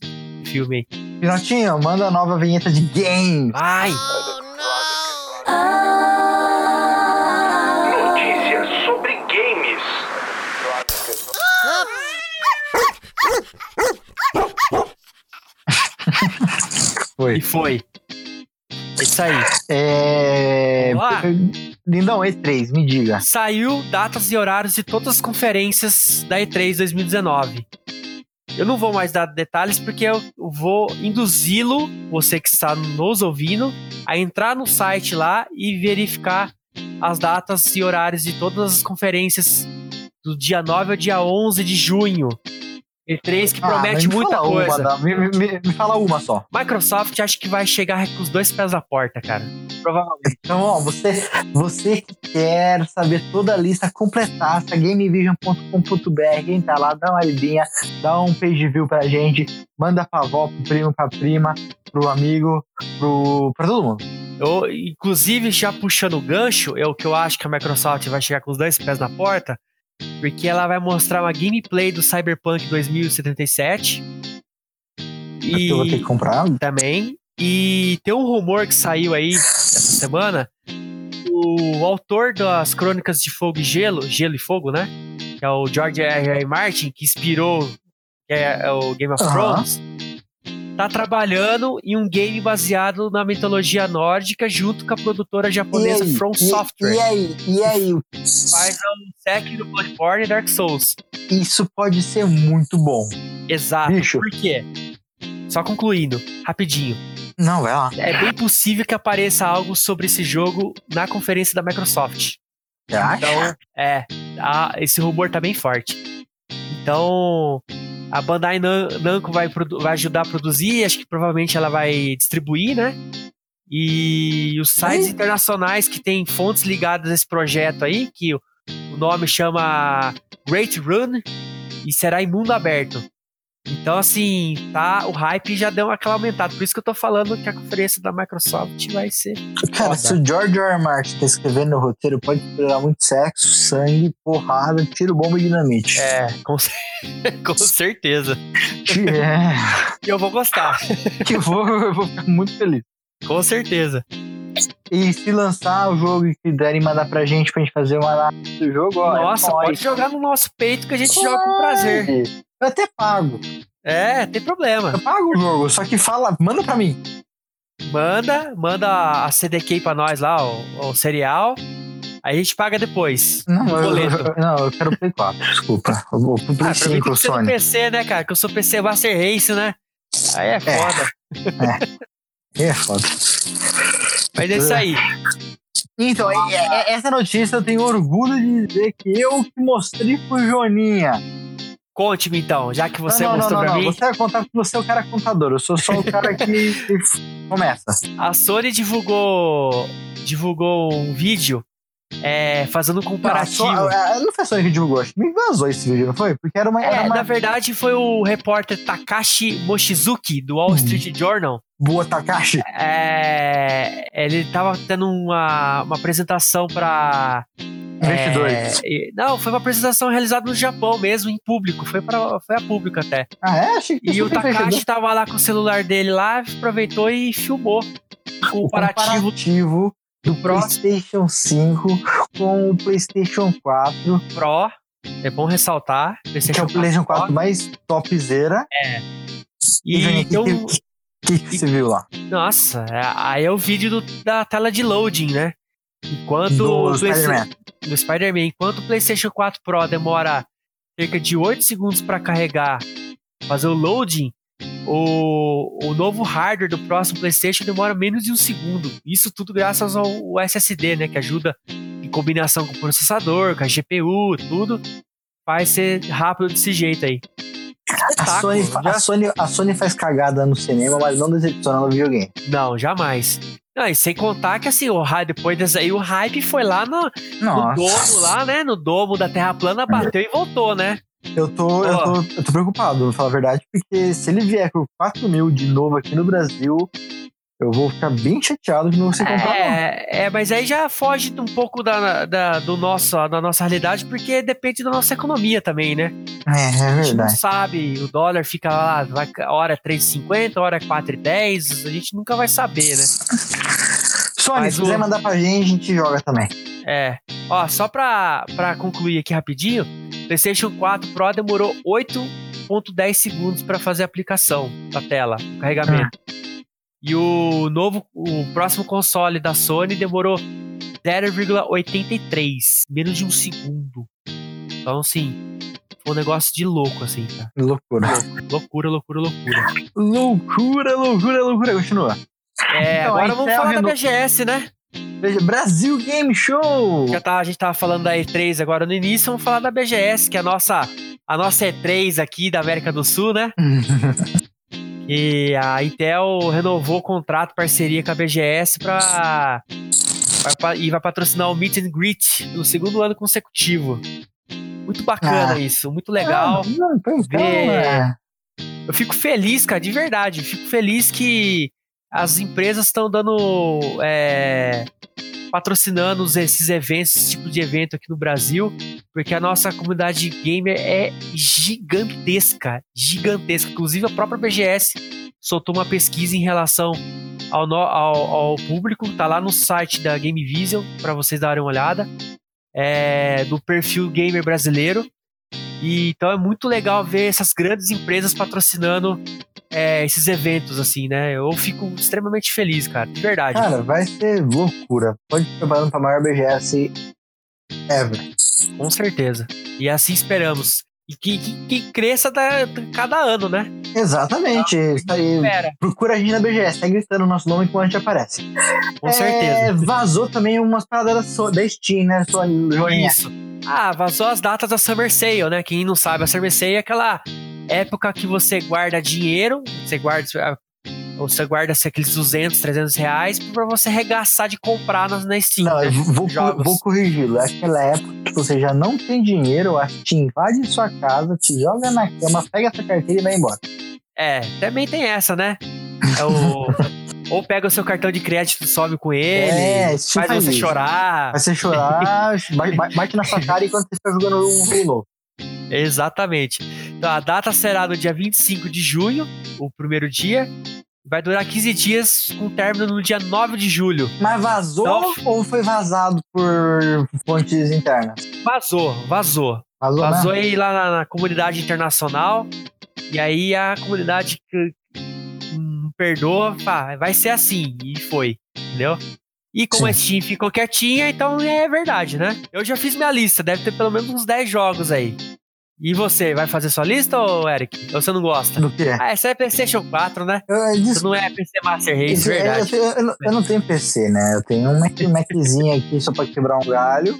Speaker 3: filme aí.
Speaker 2: Pinotinho, manda a nova vinheta de game.
Speaker 3: Vai!
Speaker 1: Notícias sobre games.
Speaker 3: E
Speaker 2: Foi.
Speaker 3: foi. É Isso aí.
Speaker 2: É...
Speaker 3: Vamos lá?
Speaker 2: Lindão, E3, me diga.
Speaker 3: Saiu datas e horários de todas as conferências da E3 2019. Eu não vou mais dar detalhes porque eu vou induzi-lo, você que está nos ouvindo, a entrar no site lá e verificar as datas e horários de todas as conferências do dia 9 ao dia 11 de junho. E3 que
Speaker 2: Ah, mas
Speaker 3: promete
Speaker 2: me
Speaker 3: muita
Speaker 2: fala
Speaker 3: coisa.
Speaker 2: Uma, dá. me, me- me- me fala uma só.
Speaker 3: Microsoft acho que vai chegar com os dois pés na porta, cara. Provavelmente.
Speaker 2: Então, ó, você, você que quer saber toda a lista completaça, gamevision.com.br, entra tá lá, dá uma lidinha, dá um page view pra gente, manda pra avó, pro primo, pra prima, pro amigo, pro, pra todo mundo.
Speaker 3: Eu, inclusive, já puxando o gancho, é o que eu acho que a Microsoft vai chegar com os dois pés na porta, porque ela vai mostrar uma gameplay do Cyberpunk 2077.
Speaker 2: Porque
Speaker 3: E
Speaker 2: eu vou ter que comprar.
Speaker 3: também. E tem um rumor que saiu aí essa semana. O autor das Crônicas de Fogo e Gelo, Gelo e Fogo, né? Que é o George R. R. Martin, que inspirou que é, é o Game of
Speaker 2: Aham.
Speaker 3: Thrones. Tá trabalhando em um game baseado na mitologia nórdica junto com a produtora japonesa
Speaker 2: E aí?
Speaker 3: From
Speaker 2: E-
Speaker 3: Software.
Speaker 2: E aí, e aí,
Speaker 3: Faz um sec do Bloodborne e Dark Souls.
Speaker 2: isso pode ser muito bom.
Speaker 3: Exato.
Speaker 2: Bicho.
Speaker 3: Por quê? Só concluindo, rapidinho.
Speaker 2: Não, vai lá.
Speaker 3: É bem possível que apareça algo sobre esse jogo na conferência da Microsoft.
Speaker 2: Você acha?
Speaker 3: Então, é, a- esse rumor tá bem forte. Então, a Bandai Nam- Namco vai, produ- vai ajudar a produzir, acho que provavelmente ela vai distribuir, né? E os sites internacionais que têm fontes ligadas a esse projeto aí, que o o nome chama Great Run e será em mundo aberto. Então, assim, tá, o hype já deu aquela aumentada. Por isso que eu tô falando que a conferência da Microsoft vai ser
Speaker 2: Cara,
Speaker 3: foda.
Speaker 2: se o George R. R. Martin tá escrevendo o roteiro, pode esperar muito sexo, sangue, porrada, tiro, bomba e dinamite.
Speaker 3: É, com, cer- *laughs* com certeza.
Speaker 2: Que, é,
Speaker 3: E eu vou gostar,
Speaker 2: que eu vou, eu vou ficar muito feliz.
Speaker 3: com certeza.
Speaker 2: E se lançar o jogo e quiserem mandar pra gente pra gente fazer uma análise do jogo, ó,
Speaker 3: Nossa,
Speaker 2: é nóis.
Speaker 3: pode jogar no nosso peito que a gente joga com prazer.
Speaker 2: Eu até pago.
Speaker 3: É, tem problema.
Speaker 2: Eu pago o jogo, só que fala, manda pra mim.
Speaker 3: Manda, manda a CDK pra nós lá, o, o cereal. Aí a gente paga depois.
Speaker 2: Não, eu,
Speaker 3: Boleto.
Speaker 2: eu- não, eu quero o Play 4, desculpa. Eu vou pro Play
Speaker 3: Ah, pra mim
Speaker 2: 5,
Speaker 3: tem que ser no
Speaker 2: Sony.
Speaker 3: PC, né, cara? Que eu sou PC Master Race, né? Aí é foda.
Speaker 2: É foda.
Speaker 3: Mas é isso aí.
Speaker 2: Então, e- e- essa notícia eu tenho orgulho de dizer que eu que mostrei pro Joninha.
Speaker 3: Conte-me então, já que você
Speaker 2: não, não,
Speaker 3: mostrou
Speaker 2: não, não,
Speaker 3: pra
Speaker 2: não.
Speaker 3: mim.
Speaker 2: Você é contar porque você é o cara contador. Eu sou só o cara que que começa.
Speaker 3: A Sony divulgou, divulgou um vídeo é, fazendo um comparativo.
Speaker 2: Não, a Sony- a- não foi só o vídeo gosto. Me vazou esse vídeo, não foi? Porque era uma.
Speaker 3: É,
Speaker 2: era uma
Speaker 3: na verdade foi o repórter Takashi Mochizuki do Wall
Speaker 2: Hum.
Speaker 3: Street Journal.
Speaker 2: boa Takashi.
Speaker 3: É, ele tava tendo uma, uma apresentação para
Speaker 2: Investidores.
Speaker 3: não, foi uma apresentação realizada no Japão mesmo, em público. Foi, pra, foi a público até.
Speaker 2: Ah, é? Achei que
Speaker 3: E
Speaker 2: isso
Speaker 3: o
Speaker 2: foi investidor.
Speaker 3: Takashi tava lá com o celular dele lá, aproveitou e filmou o
Speaker 2: O
Speaker 3: comparativo
Speaker 2: comparativo do
Speaker 3: Pro.
Speaker 2: PlayStation 5 com o PlayStation 4
Speaker 3: Pro É bom ressaltar.
Speaker 2: Que é o PlayStation 4 mais topzera.
Speaker 3: É. E
Speaker 2: Johnny,
Speaker 3: então,
Speaker 2: que- O que, que você viu lá?
Speaker 3: nossa, é- aí é o vídeo do- da tela de loading, né? Enquanto
Speaker 2: Do
Speaker 3: o PlayStation-
Speaker 2: Spider-Man.
Speaker 3: do Spider-Man. Enquanto o PlayStation 4 Pro demora cerca de 8 segundos para carregar, fazer o loading, o, o novo hardware do próximo PlayStation demora menos de um segundo. Isso tudo graças ao ao SSD, né, que ajuda em combinação com o processador, com a GPU, tudo. Vai ser rápido desse jeito aí.
Speaker 2: A Sony, fa- a,
Speaker 3: já-
Speaker 2: Sony, a Sony faz cagada no cinema, mas não decepciona no videogame.
Speaker 3: Não, jamais. Não, e sem contar que assim, o hype, depois dessa aí, o hype foi lá no, no domo lá, né? No domo da Terra Plana, bateu e voltou, né?
Speaker 2: Eu tô, eu,
Speaker 3: Ó.
Speaker 2: tô, eu tô preocupado, vou falar a verdade, porque se ele vier por 4 mil de novo aqui no Brasil, eu vou ficar bem chateado de não você comprar. não.
Speaker 3: É, é, mas aí já foge um pouco da, da, do nosso, da nossa realidade, porque depende da nossa economia também, né?
Speaker 2: É, é
Speaker 3: A gente não
Speaker 2: verdade.
Speaker 3: sabe, o dólar fica lá, vai, hora 3,50, hora 4,10, a gente nunca vai saber, né?
Speaker 2: Sony,
Speaker 3: Mas
Speaker 2: se quiser
Speaker 3: o-
Speaker 2: mandar pra gente, a gente joga também.
Speaker 3: É. Ó, só pra, pra concluir aqui rapidinho, PlayStation 4 Pro demorou 8.10 segundos pra fazer a aplicação da tela, o carregamento.
Speaker 2: Ah.
Speaker 3: E o novo, o próximo console da Sony demorou 0,83, menos de um segundo. Então, assim, foi um negócio de louco, assim, tá?
Speaker 2: Loucura.
Speaker 3: Loucura, loucura, loucura.
Speaker 2: Loucura, loucura, loucura. Continua.
Speaker 3: É,
Speaker 2: Então,
Speaker 3: agora
Speaker 2: aí
Speaker 3: vamos
Speaker 2: tem a
Speaker 3: falar da
Speaker 2: reno-
Speaker 3: BGS, né?
Speaker 2: Veja, Brasil Game Show!
Speaker 3: Já tá, a gente tava falando da E3 agora no início, vamos falar da BGS, que é a nossa, a nossa E3 aqui da América do Sul, né? E a Intel renovou o contrato, parceria com a BGS pra, pra- pra- e vai patrocinar o Meet and Greet no segundo ano consecutivo. Muito bacana
Speaker 2: Ah.
Speaker 3: isso, muito legal.
Speaker 2: Ah, não, então, então,
Speaker 3: Vê.
Speaker 2: é.
Speaker 3: Eu fico feliz, cara, de verdade. Fico feliz que as empresas estão dando. é, patrocinando os- esses eventos, esse tipo de evento aqui no Brasil, porque a nossa comunidade gamer é gigantesca. Gigantesca. Inclusive, a própria BGS soltou uma pesquisa em relação ao, no- ao- ao público, tá lá no site da Game Vision, para vocês darem uma olhada, é, do perfil gamer brasileiro. E, então é muito legal ver essas grandes empresas patrocinando é, esses eventos, assim, né? Eu fico extremamente feliz, cara, de verdade.
Speaker 2: Cara, vai ser loucura. Pode ir preparando pra maior BGS ever.
Speaker 3: Com certeza. E assim esperamos. E que, que, que cresça da, da- cada ano, né?
Speaker 2: Exatamente. Isso aí.
Speaker 3: Espera.
Speaker 2: Procura a gente na BGS, tá gritando o nosso nome quando a gente aparece.
Speaker 3: Com
Speaker 2: É,
Speaker 3: certeza.
Speaker 2: Vazou também umas paradas da, so- da Steam, né, sua joinha?
Speaker 3: Isso. Ah, vazou as datas da Summer Sale, né? Quem não sabe, a Summer Sale é aquela época que você guarda dinheiro, você guarda, ou você guarda assim, aqueles 200, 300 reais pra você regaçar de comprar na, na Steam.
Speaker 2: Não,
Speaker 3: né?
Speaker 2: eu vou,
Speaker 3: Jogos.
Speaker 2: vou corrigi-lo. É aquela época que você já não tem dinheiro, a Steam invade sua casa, te joga na cama, pega sua carteira e vai embora.
Speaker 3: É, também tem essa, né?
Speaker 2: *laughs*
Speaker 3: É o- ou pega o seu cartão de crédito e sobe com ele,
Speaker 2: É, isso
Speaker 3: faz
Speaker 2: faz
Speaker 3: você
Speaker 2: isso.
Speaker 3: chorar.
Speaker 2: Vai você chorar,
Speaker 3: *laughs*
Speaker 2: ba- ba- bate na sua cara enquanto você fica jogando um jogo novo.
Speaker 3: Exatamente. Então a data será no dia 25 de junho, o primeiro dia. Vai durar 15 dias, com término no dia 9 de julho.
Speaker 2: Mas vazou
Speaker 3: Não.
Speaker 2: ou foi vazado por fontes internas?
Speaker 3: Vazou, vazou.
Speaker 2: Vazou,
Speaker 3: Vazou
Speaker 2: né?
Speaker 3: aí lá na, na comunidade internacional. E aí a comunidade que- hum, perdoa, pá, vai ser assim. E foi, entendeu? E como
Speaker 2: Sim.
Speaker 3: a Steam ficou quietinha, então é verdade, né? Eu já fiz minha lista, deve ter pelo menos uns 10 jogos aí. E você, vai fazer sua lista, ou Eric? Ou você não gosta?
Speaker 2: Do que?
Speaker 3: Ah, essa é PlayStation 4, né?
Speaker 2: Eu, eu,
Speaker 3: Isso não é PC Master Race,
Speaker 2: Isso, é,
Speaker 3: verdade.
Speaker 2: Eu, eu- eu- eu não tenho PC, né? Eu tenho um Mac, Maczinho aqui só pra quebrar um galho.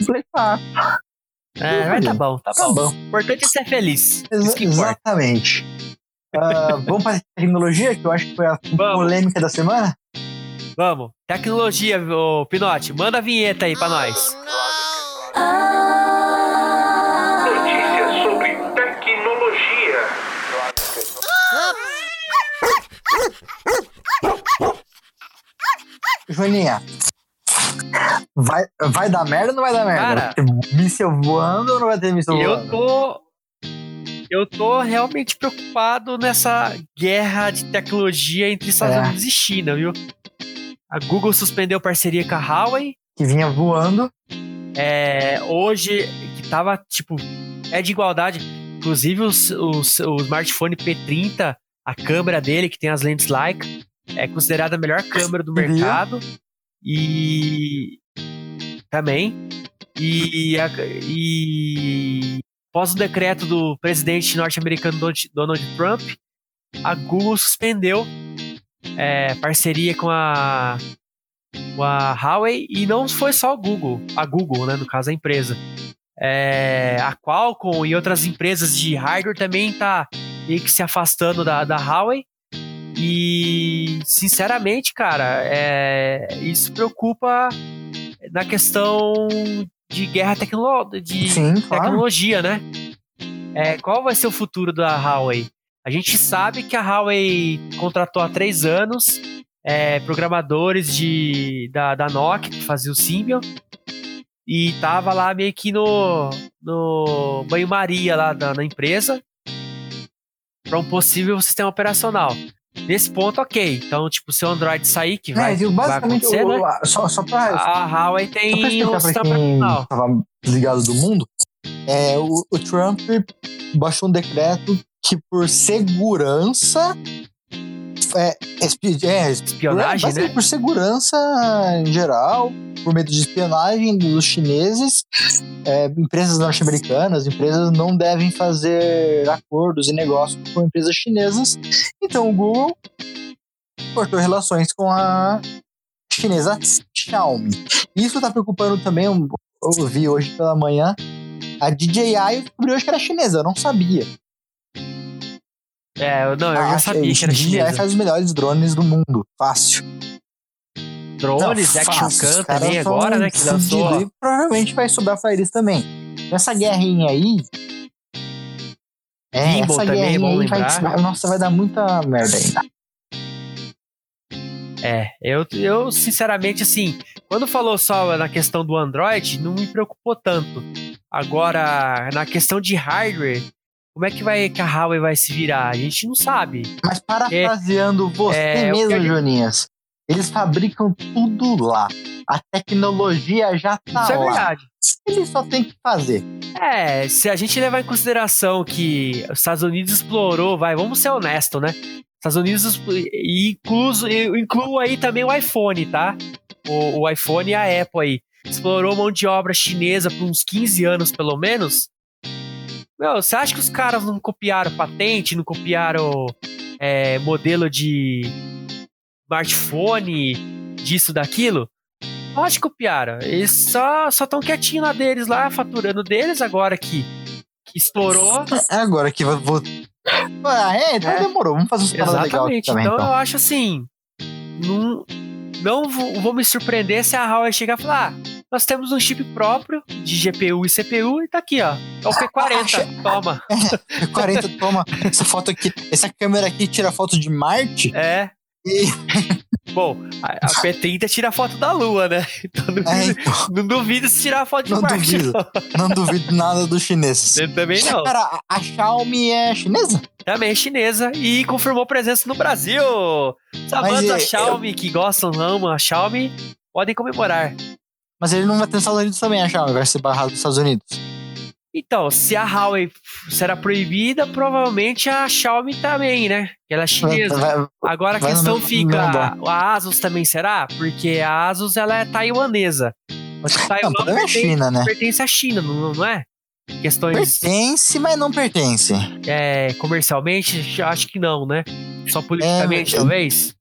Speaker 2: Eu Falei, ah,
Speaker 3: É, mas tá bom, tá
Speaker 2: tá
Speaker 3: bom.
Speaker 2: bom.
Speaker 3: O importante é ser feliz. Isso
Speaker 2: Exa-
Speaker 3: que importa.
Speaker 2: exatamente. Ah, vamos para tecnologia, que eu acho que foi a
Speaker 3: Vamos.
Speaker 2: polêmica da semana?
Speaker 3: Vamos. Tecnologia, ô Pinote, manda a vinheta aí pra nós.
Speaker 1: Notícias sobre tecnologia.
Speaker 2: Joaninha, vai, vai dar merda ou não vai dar merda?
Speaker 3: Cara.
Speaker 2: Vai ter míssel voando ou não vai ter míssel
Speaker 3: Eu
Speaker 2: voando?
Speaker 3: tô. Eu tô realmente preocupado nessa guerra de tecnologia entre Estados
Speaker 2: É.
Speaker 3: Unidos e China, viu? A Google suspendeu parceria com a Huawei.
Speaker 2: Que vinha voando.
Speaker 3: É, hoje, que tava, tipo, é de igualdade. Inclusive, os, os, o smartphone P30, a câmera dele, que tem as lentes Leica, é considerada a melhor câmera do
Speaker 4: Uhum.
Speaker 3: mercado. E. Também. E. a- e após o decreto do presidente norte-americano Don- Donald Trump, a Google suspendeu é, parceria com a, com a Huawei e não foi só o Google, a Google, né, no caso a empresa. É, a Qualcomm e outras empresas de hardware também tá meio que se afastando da, da Huawei. E, sinceramente, cara, é, isso preocupa na questão de guerra tecnológica, de
Speaker 4: Sim, claro.
Speaker 3: tecnologia, né? É, qual vai ser o futuro da Huawei? A gente sabe que a Huawei contratou há três anos é, programadores de, da, da Nokia, que fazia o Symbian, e tava lá meio que no, no banho-maria lá da, na empresa para um possível sistema operacional. Nesse ponto, ok. Então, tipo, se o Android sair, que vai,
Speaker 2: É,
Speaker 4: Mas eu
Speaker 3: vai
Speaker 4: É, basicamente,
Speaker 3: acontecer,
Speaker 4: o-
Speaker 3: né?
Speaker 4: o- só, só pra.
Speaker 3: A Huawei
Speaker 4: só pra
Speaker 3: tem um
Speaker 4: explicar pra
Speaker 3: sistema
Speaker 4: quem
Speaker 3: operacional.
Speaker 4: tava desligado do mundo.
Speaker 2: É, o, o Trump baixou um decreto que, por segurança. É, espi- é,
Speaker 3: Espionagem,
Speaker 2: Mas, assim,
Speaker 3: né?
Speaker 2: Por segurança em geral, por medo de espionagem dos chineses, é, empresas norte-americanas, empresas não devem fazer acordos e negócios com empresas chinesas. Então o Google cortou relações com a chinesa Xiaomi. Isso está preocupando também, eu eu vi hoje pela manhã, a DJI eu descobri hoje é que era chinesa, eu não sabia.
Speaker 3: É, eu- não, eu já
Speaker 2: Ah,
Speaker 3: sabia que era
Speaker 2: a DJI
Speaker 3: chinesa.
Speaker 2: faz os melhores drones do mundo, fácil.
Speaker 3: drones,
Speaker 2: Não,
Speaker 3: Action
Speaker 2: fácil,
Speaker 3: Cam
Speaker 2: os caras
Speaker 3: também
Speaker 2: tão
Speaker 3: agora, né? Que lançou.
Speaker 2: fudido, E provavelmente vai sobrar pra eles também. Essa guerrinha aí. É,
Speaker 3: Gimbal
Speaker 2: essa
Speaker 3: também é
Speaker 2: guerrinha
Speaker 3: bom
Speaker 2: aí vai,
Speaker 3: lembrar.
Speaker 2: Nossa, vai dar muita merda ainda.
Speaker 3: É, eu, eu sinceramente, assim, quando falou só na questão do Android, não me preocupou tanto. Agora, na questão de hardware, como é que vai que a Huawei vai se virar? A gente não sabe.
Speaker 2: Mas parafraseando você
Speaker 3: é, o que
Speaker 2: mesmo,
Speaker 3: a gente-
Speaker 2: Joninhas, eles fabricam tudo lá. A tecnologia já tá
Speaker 3: Isso é
Speaker 2: lá.
Speaker 3: verdade.
Speaker 2: Eles só tem que fazer.
Speaker 3: É, se a gente levar em consideração que os Estados Unidos explorou, vai, vamos ser honestos, né? Estados Unidos expl- e incluso, eu incluo aí também o iPhone, tá? O, o iPhone e a Apple aí. Explorou mão de obra chinesa por uns 15 anos, pelo menos. Meu, você acha que os caras não copiaram patente, não copiaram é, modelo de smartphone, disso, daquilo? Pode copiar. Eles só estão quietinhos lá deles, lá, faturando deles agora que, que estourou.
Speaker 2: É agora que eu vou. Ah, é, então
Speaker 3: É.
Speaker 2: demorou. Vamos fazer os caras legal aqui
Speaker 3: Exatamente.
Speaker 2: também.
Speaker 3: então,
Speaker 2: Então,
Speaker 3: eu acho assim. Não, não vou, vou me surpreender se a Huawei chegar e falar: "Ah, nós temos um chip próprio de GPU e CPU e tá aqui, ó. É o
Speaker 2: *laughs*
Speaker 3: P40. Toma.
Speaker 2: 40, então. toma essa foto aqui. Essa câmera aqui tira foto de Marte. *laughs*
Speaker 3: É.
Speaker 2: E-
Speaker 3: Bom, a, a P30 tira foto da Lua, né? *laughs* Então não,
Speaker 2: É,
Speaker 3: duvido, não duvido se tirar foto de
Speaker 2: Não
Speaker 3: Marte.
Speaker 2: duvido. Não duvido nada dos chineses.
Speaker 3: Eu também não.
Speaker 2: Cara, a- a Xiaomi é chinesa?
Speaker 3: Também é chinesa e confirmou presença no Brasil. Os
Speaker 2: Mas,
Speaker 3: amantes da
Speaker 2: é,
Speaker 3: Xiaomi que gostam, amam a Xiaomi, podem comemorar.
Speaker 2: Mas ele não vai ter nos Estados Unidos também, a Xiaomi. Vai ser barrado dos Estados Unidos.
Speaker 3: Então, se a Huawei f- será proibida, provavelmente a Xiaomi também, né? Ela é chinesa.
Speaker 2: Vai- vai-
Speaker 3: Agora a
Speaker 2: vai no
Speaker 3: questão
Speaker 2: mesmo-
Speaker 3: fica,
Speaker 2: não dá.
Speaker 3: a Asus também será? Porque a Asus ela é taiwanesa. Mas o
Speaker 2: Não,
Speaker 3: Taiwan
Speaker 2: o problema é a
Speaker 3: pertence,
Speaker 2: China, né?
Speaker 3: pertence à China, não, não é? Questões
Speaker 2: Pertence, mas não pertence.
Speaker 3: é, comercialmente, acho que não, né? Só politicamente,
Speaker 2: eu-
Speaker 3: talvez.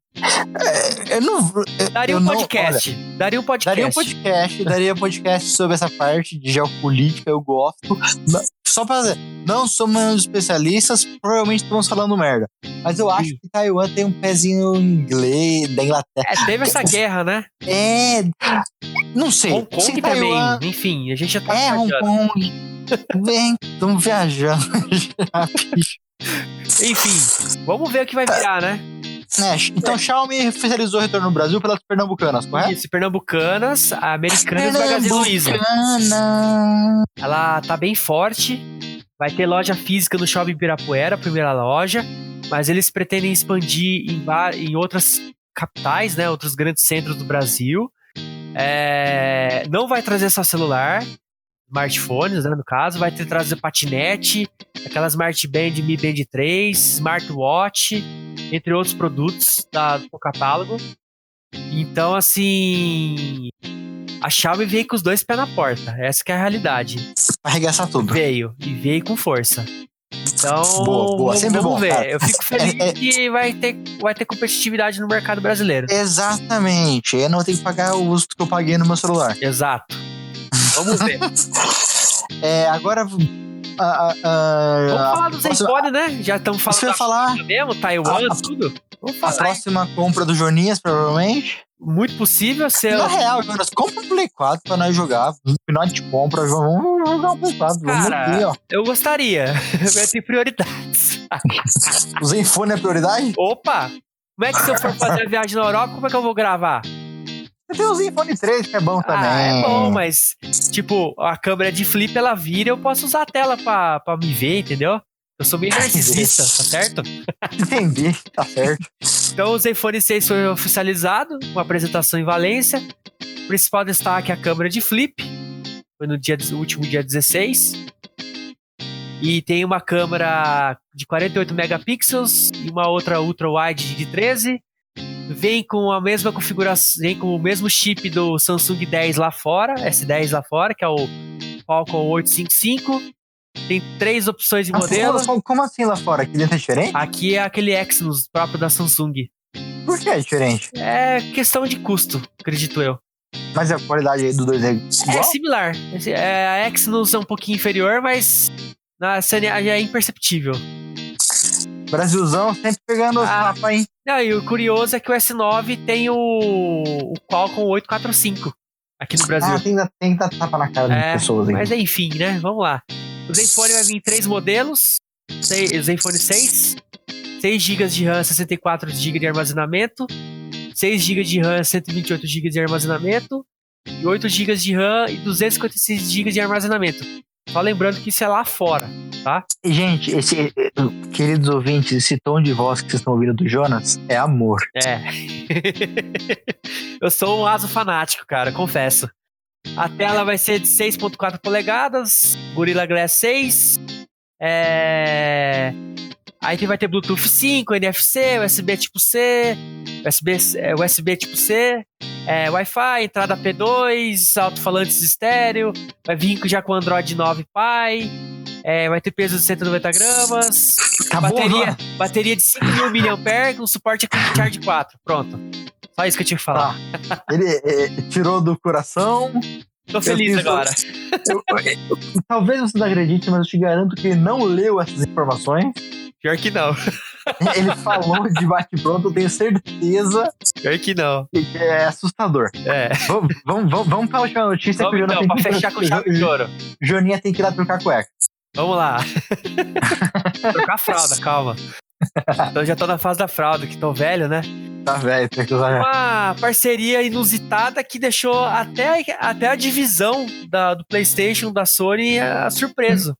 Speaker 2: É, Eu não. eu-
Speaker 3: Daria
Speaker 2: eu
Speaker 3: um
Speaker 2: não-
Speaker 3: podcast. daria um podcast.
Speaker 2: Daria um podcast, daria um podcast sobre essa parte de geopolítica, eu gosto. Não- Só pra dizer, não somos especialistas, provavelmente estamos falando merda. Mas eu acho
Speaker 3: Sim.
Speaker 2: que Taiwan tem um pezinho inglês, da Inglaterra.
Speaker 3: É, teve essa guerra, né?
Speaker 2: É. Não sei.
Speaker 3: Hong
Speaker 2: Se
Speaker 3: Kong também.
Speaker 2: Taiwan-
Speaker 3: Enfim, a gente já tá
Speaker 2: É, Hong
Speaker 3: viajando.
Speaker 2: Kong. Vem, estamos viajando.
Speaker 3: Enfim, vamos ver o que vai virar, né?
Speaker 2: É, então, Xiaomi oficializou o retorno no Brasil pelas pernambucanas, correto?
Speaker 3: Isso, pernambucanas, a americana e do Magazine Luiza. né?
Speaker 2: Pernambucana.
Speaker 3: Ela tá bem forte. Vai ter loja física no Shopping Pirapuera, a primeira loja. Mas eles pretendem expandir em, va- em outras capitais, né? Outros grandes centros do Brasil. É, não vai trazer só celular. smartphones, né, no caso, vai ter trazer patinete, aquela Smart Band Mi Band 3, smartwatch, entre outros produtos da, do catálogo. Então, assim, a Xiaomi veio com os dois pés na porta. Essa que é a realidade.
Speaker 5: Vai arregaçar tudo.
Speaker 3: Veio, e veio com força. Então,
Speaker 5: Boa, boa. Sempre é
Speaker 3: vamos
Speaker 5: bom,
Speaker 3: ver.
Speaker 5: cara.
Speaker 3: Eu fico feliz
Speaker 5: *laughs* É, é.
Speaker 3: que vai ter, vai ter competitividade no mercado brasileiro.
Speaker 5: Exatamente. Eu não vou ter que pagar o uso que eu paguei no meu celular.
Speaker 3: Exato. Vamos
Speaker 5: *laughs*
Speaker 3: ver.
Speaker 5: É, agora. a- a- a-
Speaker 3: Vamos
Speaker 5: a-
Speaker 3: falar dos
Speaker 5: próxima-
Speaker 3: iPod, né? Já estamos
Speaker 5: Isso que Ah, eu
Speaker 3: falando
Speaker 5: ia falar.
Speaker 3: da um mesmo, Taiwan,
Speaker 5: Ah,
Speaker 3: tudo. Vamos
Speaker 5: A
Speaker 3: falar.
Speaker 5: próxima compra do Joninhas, provavelmente.
Speaker 3: Muito possível ser.
Speaker 5: Na real, Jonas, compra um Play 4 pra nós jogar. No final de compra, vamos jogar um Play 4. Vamos
Speaker 3: Cara.
Speaker 5: ver, ó.
Speaker 3: Eu gostaria. *laughs* Vai ter prioridades.
Speaker 5: O Zenfone é prioridade?
Speaker 3: Opa! Como é que se eu for fazer a viagem na Europa, como é que eu vou gravar?
Speaker 5: Tem o Zenfone 3, que é bom também.
Speaker 3: Ah, é bom, mas, tipo, a câmera de flip ela vira, eu posso usar a tela pra, pra me ver, entendeu? Eu sou meio narcisista, tá certo?
Speaker 5: Entendi, tá certo.
Speaker 3: Então o Zenfone 6 foi oficializado, uma apresentação em Valência. O principal destaque é a câmera de flip. Foi no dia, no último dia 16. E tem uma câmera de 48 megapixels e uma outra ultra wide de 13. Vem com a mesma configuração, vem com o mesmo chip do Samsung 10 lá fora, S10 lá fora, que é o Qualcomm 855. Tem três opções *laughs* de
Speaker 5: Ah,
Speaker 3: modelo.
Speaker 5: como- Como assim lá fora? Aqui dentro é diferente?
Speaker 3: Aqui é aquele Exynos próprio da Samsung.
Speaker 5: Por que é diferente?
Speaker 3: É questão de custo, acredito eu.
Speaker 5: Mas a qualidade aí do 2 é
Speaker 3: É
Speaker 5: igual?
Speaker 3: similar. É, a Exynos é um pouquinho inferior, mas na CNA já é imperceptível.
Speaker 5: Brasilzão sempre pegando os
Speaker 3: Ah.
Speaker 5: papas, hein?
Speaker 3: Não, e o curioso é que o S9 tem o, o Qualcomm 845 aqui no Brasil.
Speaker 5: Ah, tem, que dar- tem que dar tapa na cara
Speaker 3: É,
Speaker 5: das pessoas aí.
Speaker 3: Mas enfim, né? Vamos lá. O Zenfone vai vir em três modelos. Sei- O Zenfone 6, 6 GB de RAM, 64 GB de armazenamento, 6 GB de RAM, 128 GB de armazenamento, e 8 GB de RAM e 256 GB de armazenamento. Só lembrando que isso é lá fora.
Speaker 2: E, Gente, esse, eh, queridos ouvintes, esse tom de voz que vocês estão ouvindo do Jonas é amor.
Speaker 3: É. Eu sou um aso fanático, cara, confesso. A tela vai ser de 6.4 polegadas, Gorilla Glass 6. É... Aí tem- vai ter Bluetooth 5, NFC, USB tipo C, USB, é, USB tipo C, é, Wi-Fi, entrada P2, alto-falantes estéreo, vai vir com- já com Android 9 Pie, é, vai ter peso de 190 gramas,
Speaker 2: Acabou,
Speaker 3: bateria,
Speaker 2: Jonas?
Speaker 3: bateria de 5.000 mAh com um suporte a Quick Charge 4. Pronto. Só isso que eu tinha que falar.
Speaker 2: Ele eh, tirou do coração.
Speaker 3: Tô feliz
Speaker 2: fiz-
Speaker 3: agora.
Speaker 2: Eu- eu- talvez você não acredite, mas eu te garanto que ele não leu essas informações.
Speaker 3: Pior que não.
Speaker 2: Ele falou de bate-pronto, eu tenho certeza
Speaker 3: Pior que não.
Speaker 2: que é assustador.
Speaker 3: É.
Speaker 2: Vamos, vamos, vamos, vamos para a última notícia
Speaker 3: Vamos
Speaker 2: que o Jonas
Speaker 3: então, pra
Speaker 2: tem que
Speaker 3: fechar com chave
Speaker 2: *laughs*
Speaker 3: de ouro.
Speaker 2: Joninha tem que ir lá trocar cueca.
Speaker 3: Vamos lá. Trocar a fralda, calma. Eu já tô na fase da fralda, que tô velho, né?
Speaker 2: Tá, velho, tem que usar.
Speaker 3: Uma parceria inusitada que deixou até, até a divisão da- do PlayStation, da Sony, a surpreso.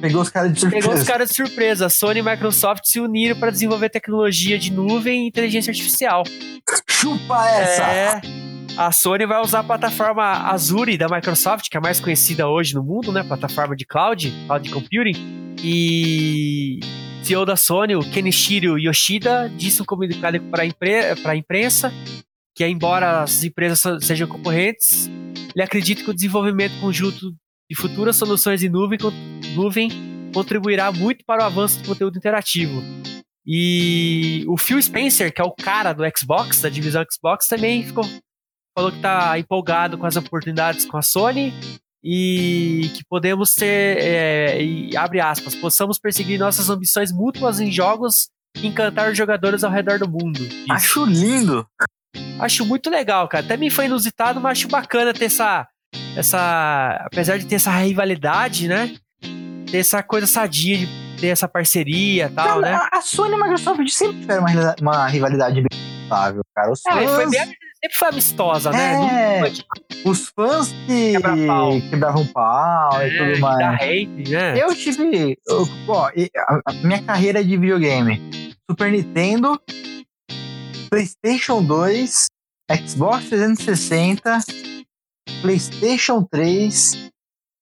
Speaker 2: Pegou os caras de
Speaker 3: Pegou os
Speaker 2: surpresa.
Speaker 3: caras de surpresa. A Sony e Microsoft se uniram para desenvolver tecnologia de nuvem e inteligência artificial.
Speaker 2: Chupa essa!
Speaker 3: É. A Sony vai usar a plataforma Azure da Microsoft, que é a mais conhecida hoje no mundo, né? Plataforma de cloud, cloud computing. E CEO da Sony, o Kenichiro Yoshida, disse um comunicado para impre... a imprensa que, embora as empresas so- sejam concorrentes, ele acredita que o desenvolvimento conjunto de futuras soluções em nuvem, con- nuvem contribuirá muito para o avanço do conteúdo interativo. E o Phil Spencer, que é o cara do Xbox, da divisão Xbox, também ficou falou que tá empolgado com as oportunidades com a Sony e que podemos ter, é, e abre aspas, possamos perseguir nossas ambições mútuas em jogos e encantar os jogadores ao redor do mundo. Isso.
Speaker 2: Acho lindo.
Speaker 3: Acho muito legal, cara. Também foi inusitado, mas acho bacana ter essa. essa apesar de ter essa rivalidade, né? Ter essa coisa sadia de ter essa parceria e tal, né?
Speaker 2: A- A Sony e a Microsoft sempre tiveram uma, rela- uma rivalidade bem saudável, cara. Os fãs,
Speaker 3: É, foi bem, sempre foi amistosa, né?
Speaker 2: É.
Speaker 3: Nunca foi
Speaker 2: os fãs que
Speaker 3: Quebra pau.
Speaker 2: quebravam pau e
Speaker 3: É, de
Speaker 2: tudo
Speaker 3: dar
Speaker 1: É.
Speaker 2: mais.
Speaker 3: hate, né?
Speaker 2: Eu tive. eu- ó, e- a, a minha carreira de videogame: Super Nintendo, PlayStation 2, Xbox 360, PlayStation 3,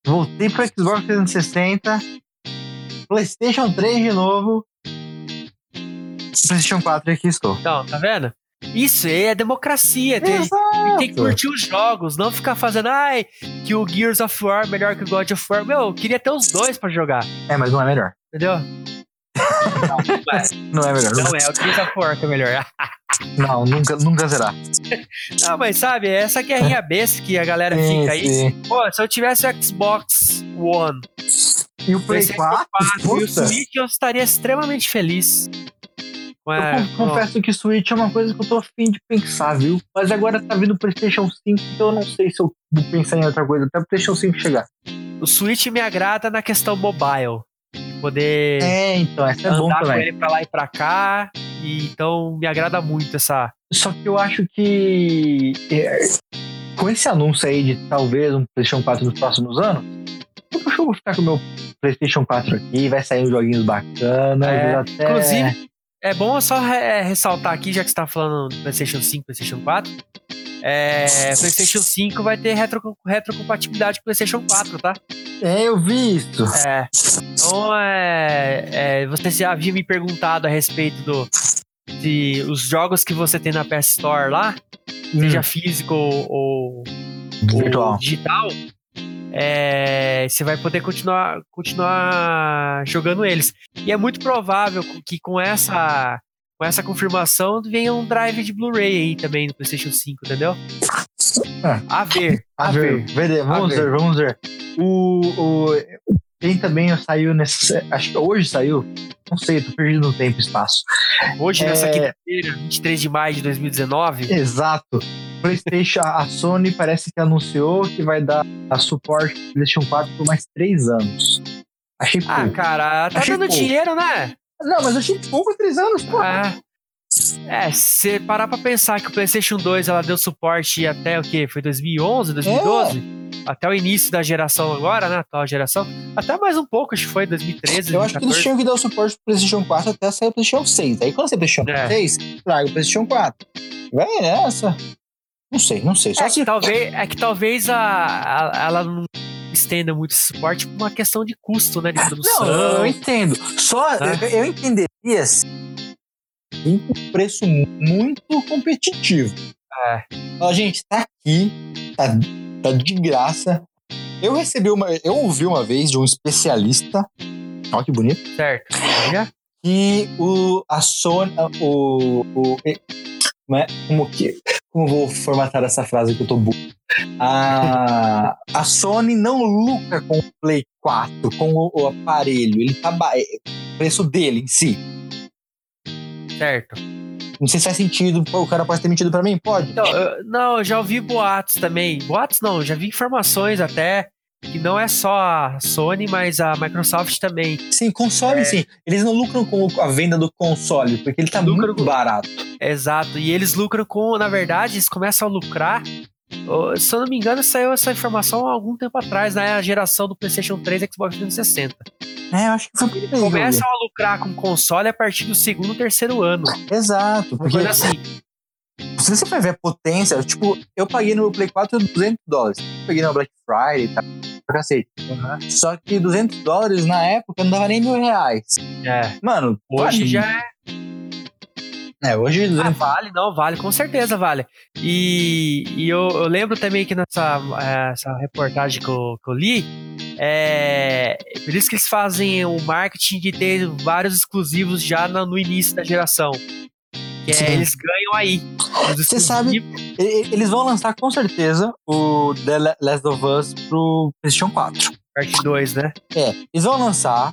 Speaker 1: Voltei pro Xbox 360. PlayStation 3 de novo. PlayStation 4 e aqui estou.
Speaker 3: Então, tá vendo? Isso aí é democracia. Tem, tem que
Speaker 1: Exato.
Speaker 3: curtir os jogos, não ficar fazendo, ai, que o Gears of War é melhor que o God of War. Meu, eu queria ter os dois pra jogar,
Speaker 1: É, mas não é melhor.
Speaker 3: entendeu?
Speaker 1: Não é melhor.
Speaker 3: Não é, o Gears of War que é melhor. *laughs*
Speaker 1: Não, nunca, nunca será.
Speaker 3: Não, mas sabe, é essa guerrinha besta que a galera
Speaker 1: Sim,
Speaker 3: fica aí.
Speaker 1: sim.
Speaker 3: Pô, se eu tivesse o Xbox One,
Speaker 1: E o Play
Speaker 3: PlayStation
Speaker 1: 4,
Speaker 3: 4 é Ah, e o
Speaker 1: puta,
Speaker 3: Switch, eu estaria extremamente feliz. Ué,
Speaker 1: eu con- confesso que Switch é uma coisa que eu tô afim de pensar, viu? Mas agora tá vindo o PlayStation 5, então eu não sei se eu vou pensar em outra coisa até o PlayStation 5 chegar.
Speaker 3: O Switch me agrada na questão mobile. Poder
Speaker 1: É, então, essa é bom
Speaker 3: andar com
Speaker 1: também.
Speaker 3: ele pra lá e pra cá. E, então me agrada muito essa.
Speaker 1: Só que eu acho que é, com esse anúncio aí de talvez um PlayStation 4 nos próximos anos, eu acho que eu vou ficar com o meu PlayStation 4 aqui, vai sair uns joguinhos bacanas,
Speaker 3: É,
Speaker 1: até...
Speaker 3: Inclusive, é bom só re- é, ressaltar aqui, já que você tá falando do PlayStation 5, PlayStation 4.
Speaker 1: *laughs*
Speaker 3: É, PlayStation 5 vai ter retro- retrocompatibilidade com o PlayStation 4, tá?
Speaker 1: É, eu vi isso.
Speaker 3: É. Então, é, é, você já havia me perguntado a respeito do. De os jogos que você tem na PS Store lá, seja físico ou, ou
Speaker 1: Hum. virtual.
Speaker 3: digital, é, você vai poder continuar, continuar jogando eles. E é muito provável que com essa, com essa confirmação venha um drive de Blu-ray aí também no PlayStation 5, entendeu?
Speaker 1: É.
Speaker 3: A ver.
Speaker 1: A ver, ver, vamos
Speaker 3: A ver.
Speaker 1: ver, vamos ver. O, o, tem também, saiu nesse. Acho que hoje saiu. Não sei, tô perdido no tempo e espaço.
Speaker 3: Hoje, nessa
Speaker 1: É.
Speaker 3: quinta-feira, 23 de maio de 2019,
Speaker 1: Exato. PlayStation, a a Sony parece que anunciou que vai dar a suporte pro PlayStation 4 por mais três anos. Achei pouco.
Speaker 2: Hum.
Speaker 3: Ah, cara, tá
Speaker 1: Achei
Speaker 3: dando
Speaker 1: pouco.
Speaker 3: dinheiro, né?
Speaker 1: não, mas achei pouco três anos, pô.
Speaker 3: Ah. É, se você parar pra pensar que o PlayStation 2 ela deu suporte até o quê? Foi 2011, 2012?
Speaker 2: É.
Speaker 3: Até o início da geração agora, né? Atual geração. Até mais um pouco, acho que foi 2013,
Speaker 2: Eu acho que eles
Speaker 3: 2014.
Speaker 2: tinham que dar o suporte pro PlayStation 4 até sair o PlayStation 6. Aí quando sair o PlayStation
Speaker 3: É.
Speaker 2: 6, traga o PlayStation 4. Vai nessa. Não sei, não sei. Só
Speaker 3: É
Speaker 2: se
Speaker 3: que talvez, é que talvez a, a- ela não estenda muito esse suporte por uma questão de custo, né? De
Speaker 2: Ah,
Speaker 3: produção.
Speaker 2: eu
Speaker 1: entendo. Só
Speaker 3: Tá.
Speaker 1: eu, entendi.
Speaker 2: Yes. Vem com um preço muito competitivo.
Speaker 3: É.
Speaker 2: Fala, gente, tá aqui, tá, tá de graça. Eu recebi uma. Eu ouvi uma vez de um especialista. Ó, que bonito.
Speaker 3: Certo. Olha.
Speaker 2: que o a Sony a- o, o e- como, é, como que como eu vou formatar essa frase que eu tô burro a, a Sony não lucra com o Play 4 com o, o aparelho ele tá ba- é, o preço dele em si
Speaker 3: Certo.
Speaker 2: não sei se faz sentido pô, o cara pode ter mentido pra mim pode
Speaker 3: Então, eu- não, eu já ouvi boatos também. Boatos não, eu já vi informações até que não é só a Sony, mas a Microsoft também.
Speaker 2: sim
Speaker 3: é.
Speaker 2: console sim eles não lucram com o- a venda do console porque ele tá
Speaker 3: Lucra
Speaker 2: muito
Speaker 3: com-
Speaker 2: barato
Speaker 3: É Exato. E eles lucram com, na verdade, eles começam a lucrar. oh, Se eu não me engano, saiu essa informação há algum tempo atrás, na geração do PlayStation 3 e Xbox 360.
Speaker 2: é eu acho que foi por aí que eu
Speaker 3: Começam a lucrar com console a partir do segundo, terceiro ano.
Speaker 2: vi. exato
Speaker 3: Uma
Speaker 2: porque
Speaker 3: coisa assim.
Speaker 2: se você for ver a potência, tipo, eu paguei no meu Play 4 200 dólares. Eu Peguei na Black Friday e tal, pra cacete. Só que 200 dólares na época não dava nem mil reais.
Speaker 3: É.
Speaker 2: Mano,
Speaker 3: Hoje
Speaker 2: vale.
Speaker 3: já
Speaker 2: É, hoje
Speaker 3: Ah,
Speaker 2: 200
Speaker 3: vale, não, vale, com certeza vale. E, e eu, eu lembro também que nessa eh, essa reportagem que eu, que eu li, é, por isso que eles fazem o marketing de ter vários exclusivos já na- no, início da geração. Que é,
Speaker 2: Sim.
Speaker 3: eles ganham aí.
Speaker 2: Você sabe- E- e- Eles vão lançar com certeza o The La- Last of Us pro PlayStation 4.
Speaker 3: Parte 2, né?
Speaker 2: É, eles vão lançar.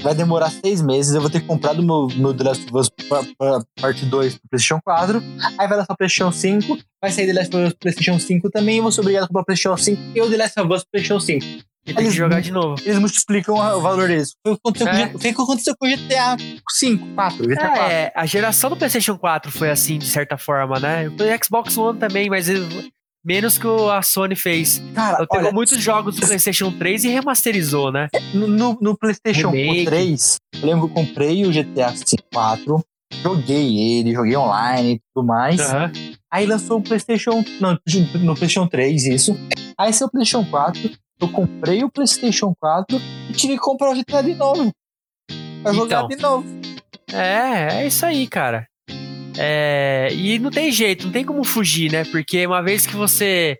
Speaker 2: Vai demorar seis meses. Eu vou ter que comprar do meu, meu The Last of Us pra, pra parte 2 pro PlayStation 4. Aí vai lançar o PlayStation 5. Vai sair The Last of Us pro PlayStation 5 também. E eu vou ser obrigado a comprar o PlayStation 5 e o The Last of Us pro PlayStation 5.
Speaker 3: E tem que
Speaker 2: Eles- É.
Speaker 3: jogar de novo.
Speaker 2: Eles multiplicam a- o valor deles. Foi o que aconteceu, com, o
Speaker 3: É.
Speaker 2: G- foi o que aconteceu com o GTA 5, 4. GTA 4.
Speaker 3: É, a geração do PlayStation 4 foi assim, de certa forma, né? O Xbox One também, mas ele- menos que o- a Sony fez.
Speaker 2: Cara,
Speaker 3: Ela pegou
Speaker 2: olha,
Speaker 3: muitos jogos do PlayStation 3 e remasterizou, né?
Speaker 2: no, no- no PlayStation
Speaker 3: Remake.
Speaker 2: 3, eu lembro que eu comprei o GTA 4. Joguei ele, joguei online e tudo mais.
Speaker 3: Aham.
Speaker 2: um Aí lançou o PlayStation. Não, no PlayStation 3, isso. Aí saiu o PlayStation 4. Eu comprei o PlayStation 4 e tive que comprar o GTA de novo. Pra jogar
Speaker 3: Então.
Speaker 2: de novo.
Speaker 3: É, é isso aí, cara. É, e não tem jeito, não tem como fugir, né? Porque uma vez que você.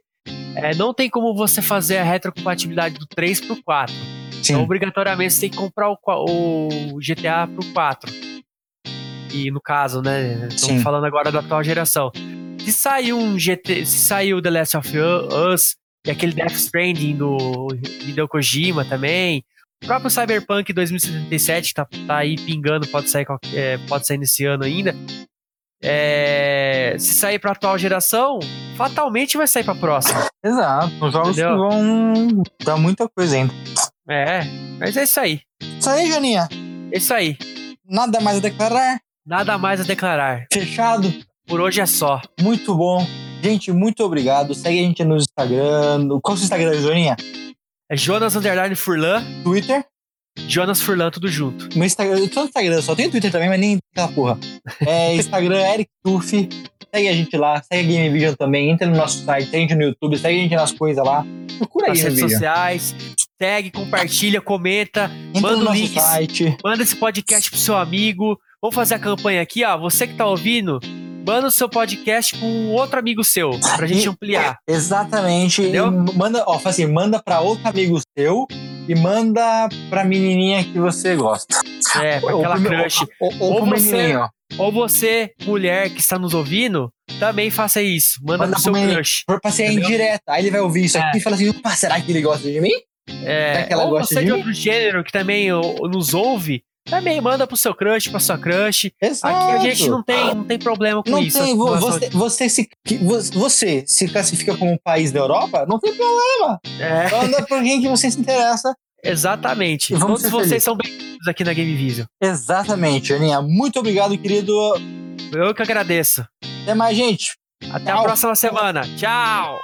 Speaker 3: é, não tem como você fazer a retrocompatibilidade do 3 pro 4. Então,
Speaker 2: Sim.
Speaker 3: obrigatoriamente, você tem que comprar o, qua- o GTA pro 4. E no caso, né?
Speaker 2: Sim.
Speaker 3: Estamos falando agora da atual geração. Se sair um GT, se sair o The Last of Us e aquele Death Stranding do Hideo Kojima também, o próprio Cyberpunk 2077 tá, tá aí pingando, pode sair, qual- é, pode sair nesse ano ainda. É, se sair pra atual geração, fatalmente vai sair pra próxima.
Speaker 6: Exato, os jogos que
Speaker 3: Entendeu?
Speaker 6: vão
Speaker 2: Dá muita coisa ainda.
Speaker 3: É, mas é isso aí.
Speaker 2: Isso aí, Janinha.
Speaker 3: É isso aí.
Speaker 2: Nada mais a declarar.
Speaker 3: Nada mais a declarar.
Speaker 2: Fechado.
Speaker 3: Por hoje é só.
Speaker 2: Muito bom. Gente, muito obrigado. Segue a gente no Instagram. no- Qual é o seu Instagram, Joninha?
Speaker 3: É Jonas Underline Furlan,
Speaker 2: Twitter.
Speaker 3: Jonas Furlan, tudo junto.
Speaker 2: Meu Instagram. Eu tô no Instagram, só tenho Twitter também, mas nem aquela porra. É Instagram *laughs* Eric Turf. Segue a gente lá, segue a Game Vision também, entra no nosso site, segue a gente no YouTube, segue a gente nas coisas lá. Procura aí,
Speaker 3: Nas
Speaker 2: Game
Speaker 3: redes
Speaker 2: Vision.
Speaker 3: sociais. Segue, compartilha, comenta,
Speaker 2: Entra
Speaker 3: manda
Speaker 2: no
Speaker 3: o
Speaker 2: nosso
Speaker 3: link.
Speaker 2: site.
Speaker 3: manda esse podcast pro seu amigo. Vamos fazer a campanha aqui, ó. Você que tá ouvindo, manda o seu podcast com um outro amigo seu, pra gente
Speaker 2: E-
Speaker 3: ampliar.
Speaker 2: Exatamente.
Speaker 3: Entendeu?
Speaker 2: E Manda, ó, faz assim, manda pra outro amigo seu e manda pra menininha que você gosta.
Speaker 3: É, pra aquela
Speaker 6: primeiro-
Speaker 3: crush.
Speaker 6: ou, ou,
Speaker 3: Ou
Speaker 6: pro
Speaker 3: você-
Speaker 6: menininho.
Speaker 3: Ou você, mulher que está nos ouvindo, também faça isso. Manda
Speaker 2: Manda
Speaker 3: pro seu
Speaker 2: pro menino.
Speaker 3: crush.
Speaker 2: Pra ser
Speaker 3: Entendeu?
Speaker 2: indireta. Aí ele vai ouvir isso aqui e fala assim: opa, será que ele gosta de mim? Será
Speaker 3: É,
Speaker 2: que ela
Speaker 3: ou
Speaker 2: gosta
Speaker 3: você
Speaker 2: de
Speaker 3: de
Speaker 2: mim?
Speaker 3: outro gênero que também ó, nos ouve, também manda pro seu crush, pra sua crush.
Speaker 2: Exato.
Speaker 3: Aqui a gente não tem, não tem problema com
Speaker 2: Não
Speaker 3: isso.
Speaker 2: tem,
Speaker 3: a
Speaker 2: vo-
Speaker 3: situação-
Speaker 2: você, você, se, que- vo- você se classifica como um país da Europa? Não tem problema.
Speaker 3: É,
Speaker 2: Anda por quem que você se interessa.
Speaker 3: exatamente.
Speaker 6: E vamos
Speaker 3: Todos
Speaker 6: ser
Speaker 3: vocês
Speaker 6: felizes.
Speaker 3: são bem-vindos aqui na Game Vision.
Speaker 2: Exatamente, Aninha. Muito obrigado, querido.
Speaker 3: Eu que agradeço.
Speaker 2: Até mais, gente.
Speaker 3: Até
Speaker 2: Tchau.
Speaker 3: a próxima semana. Tchau!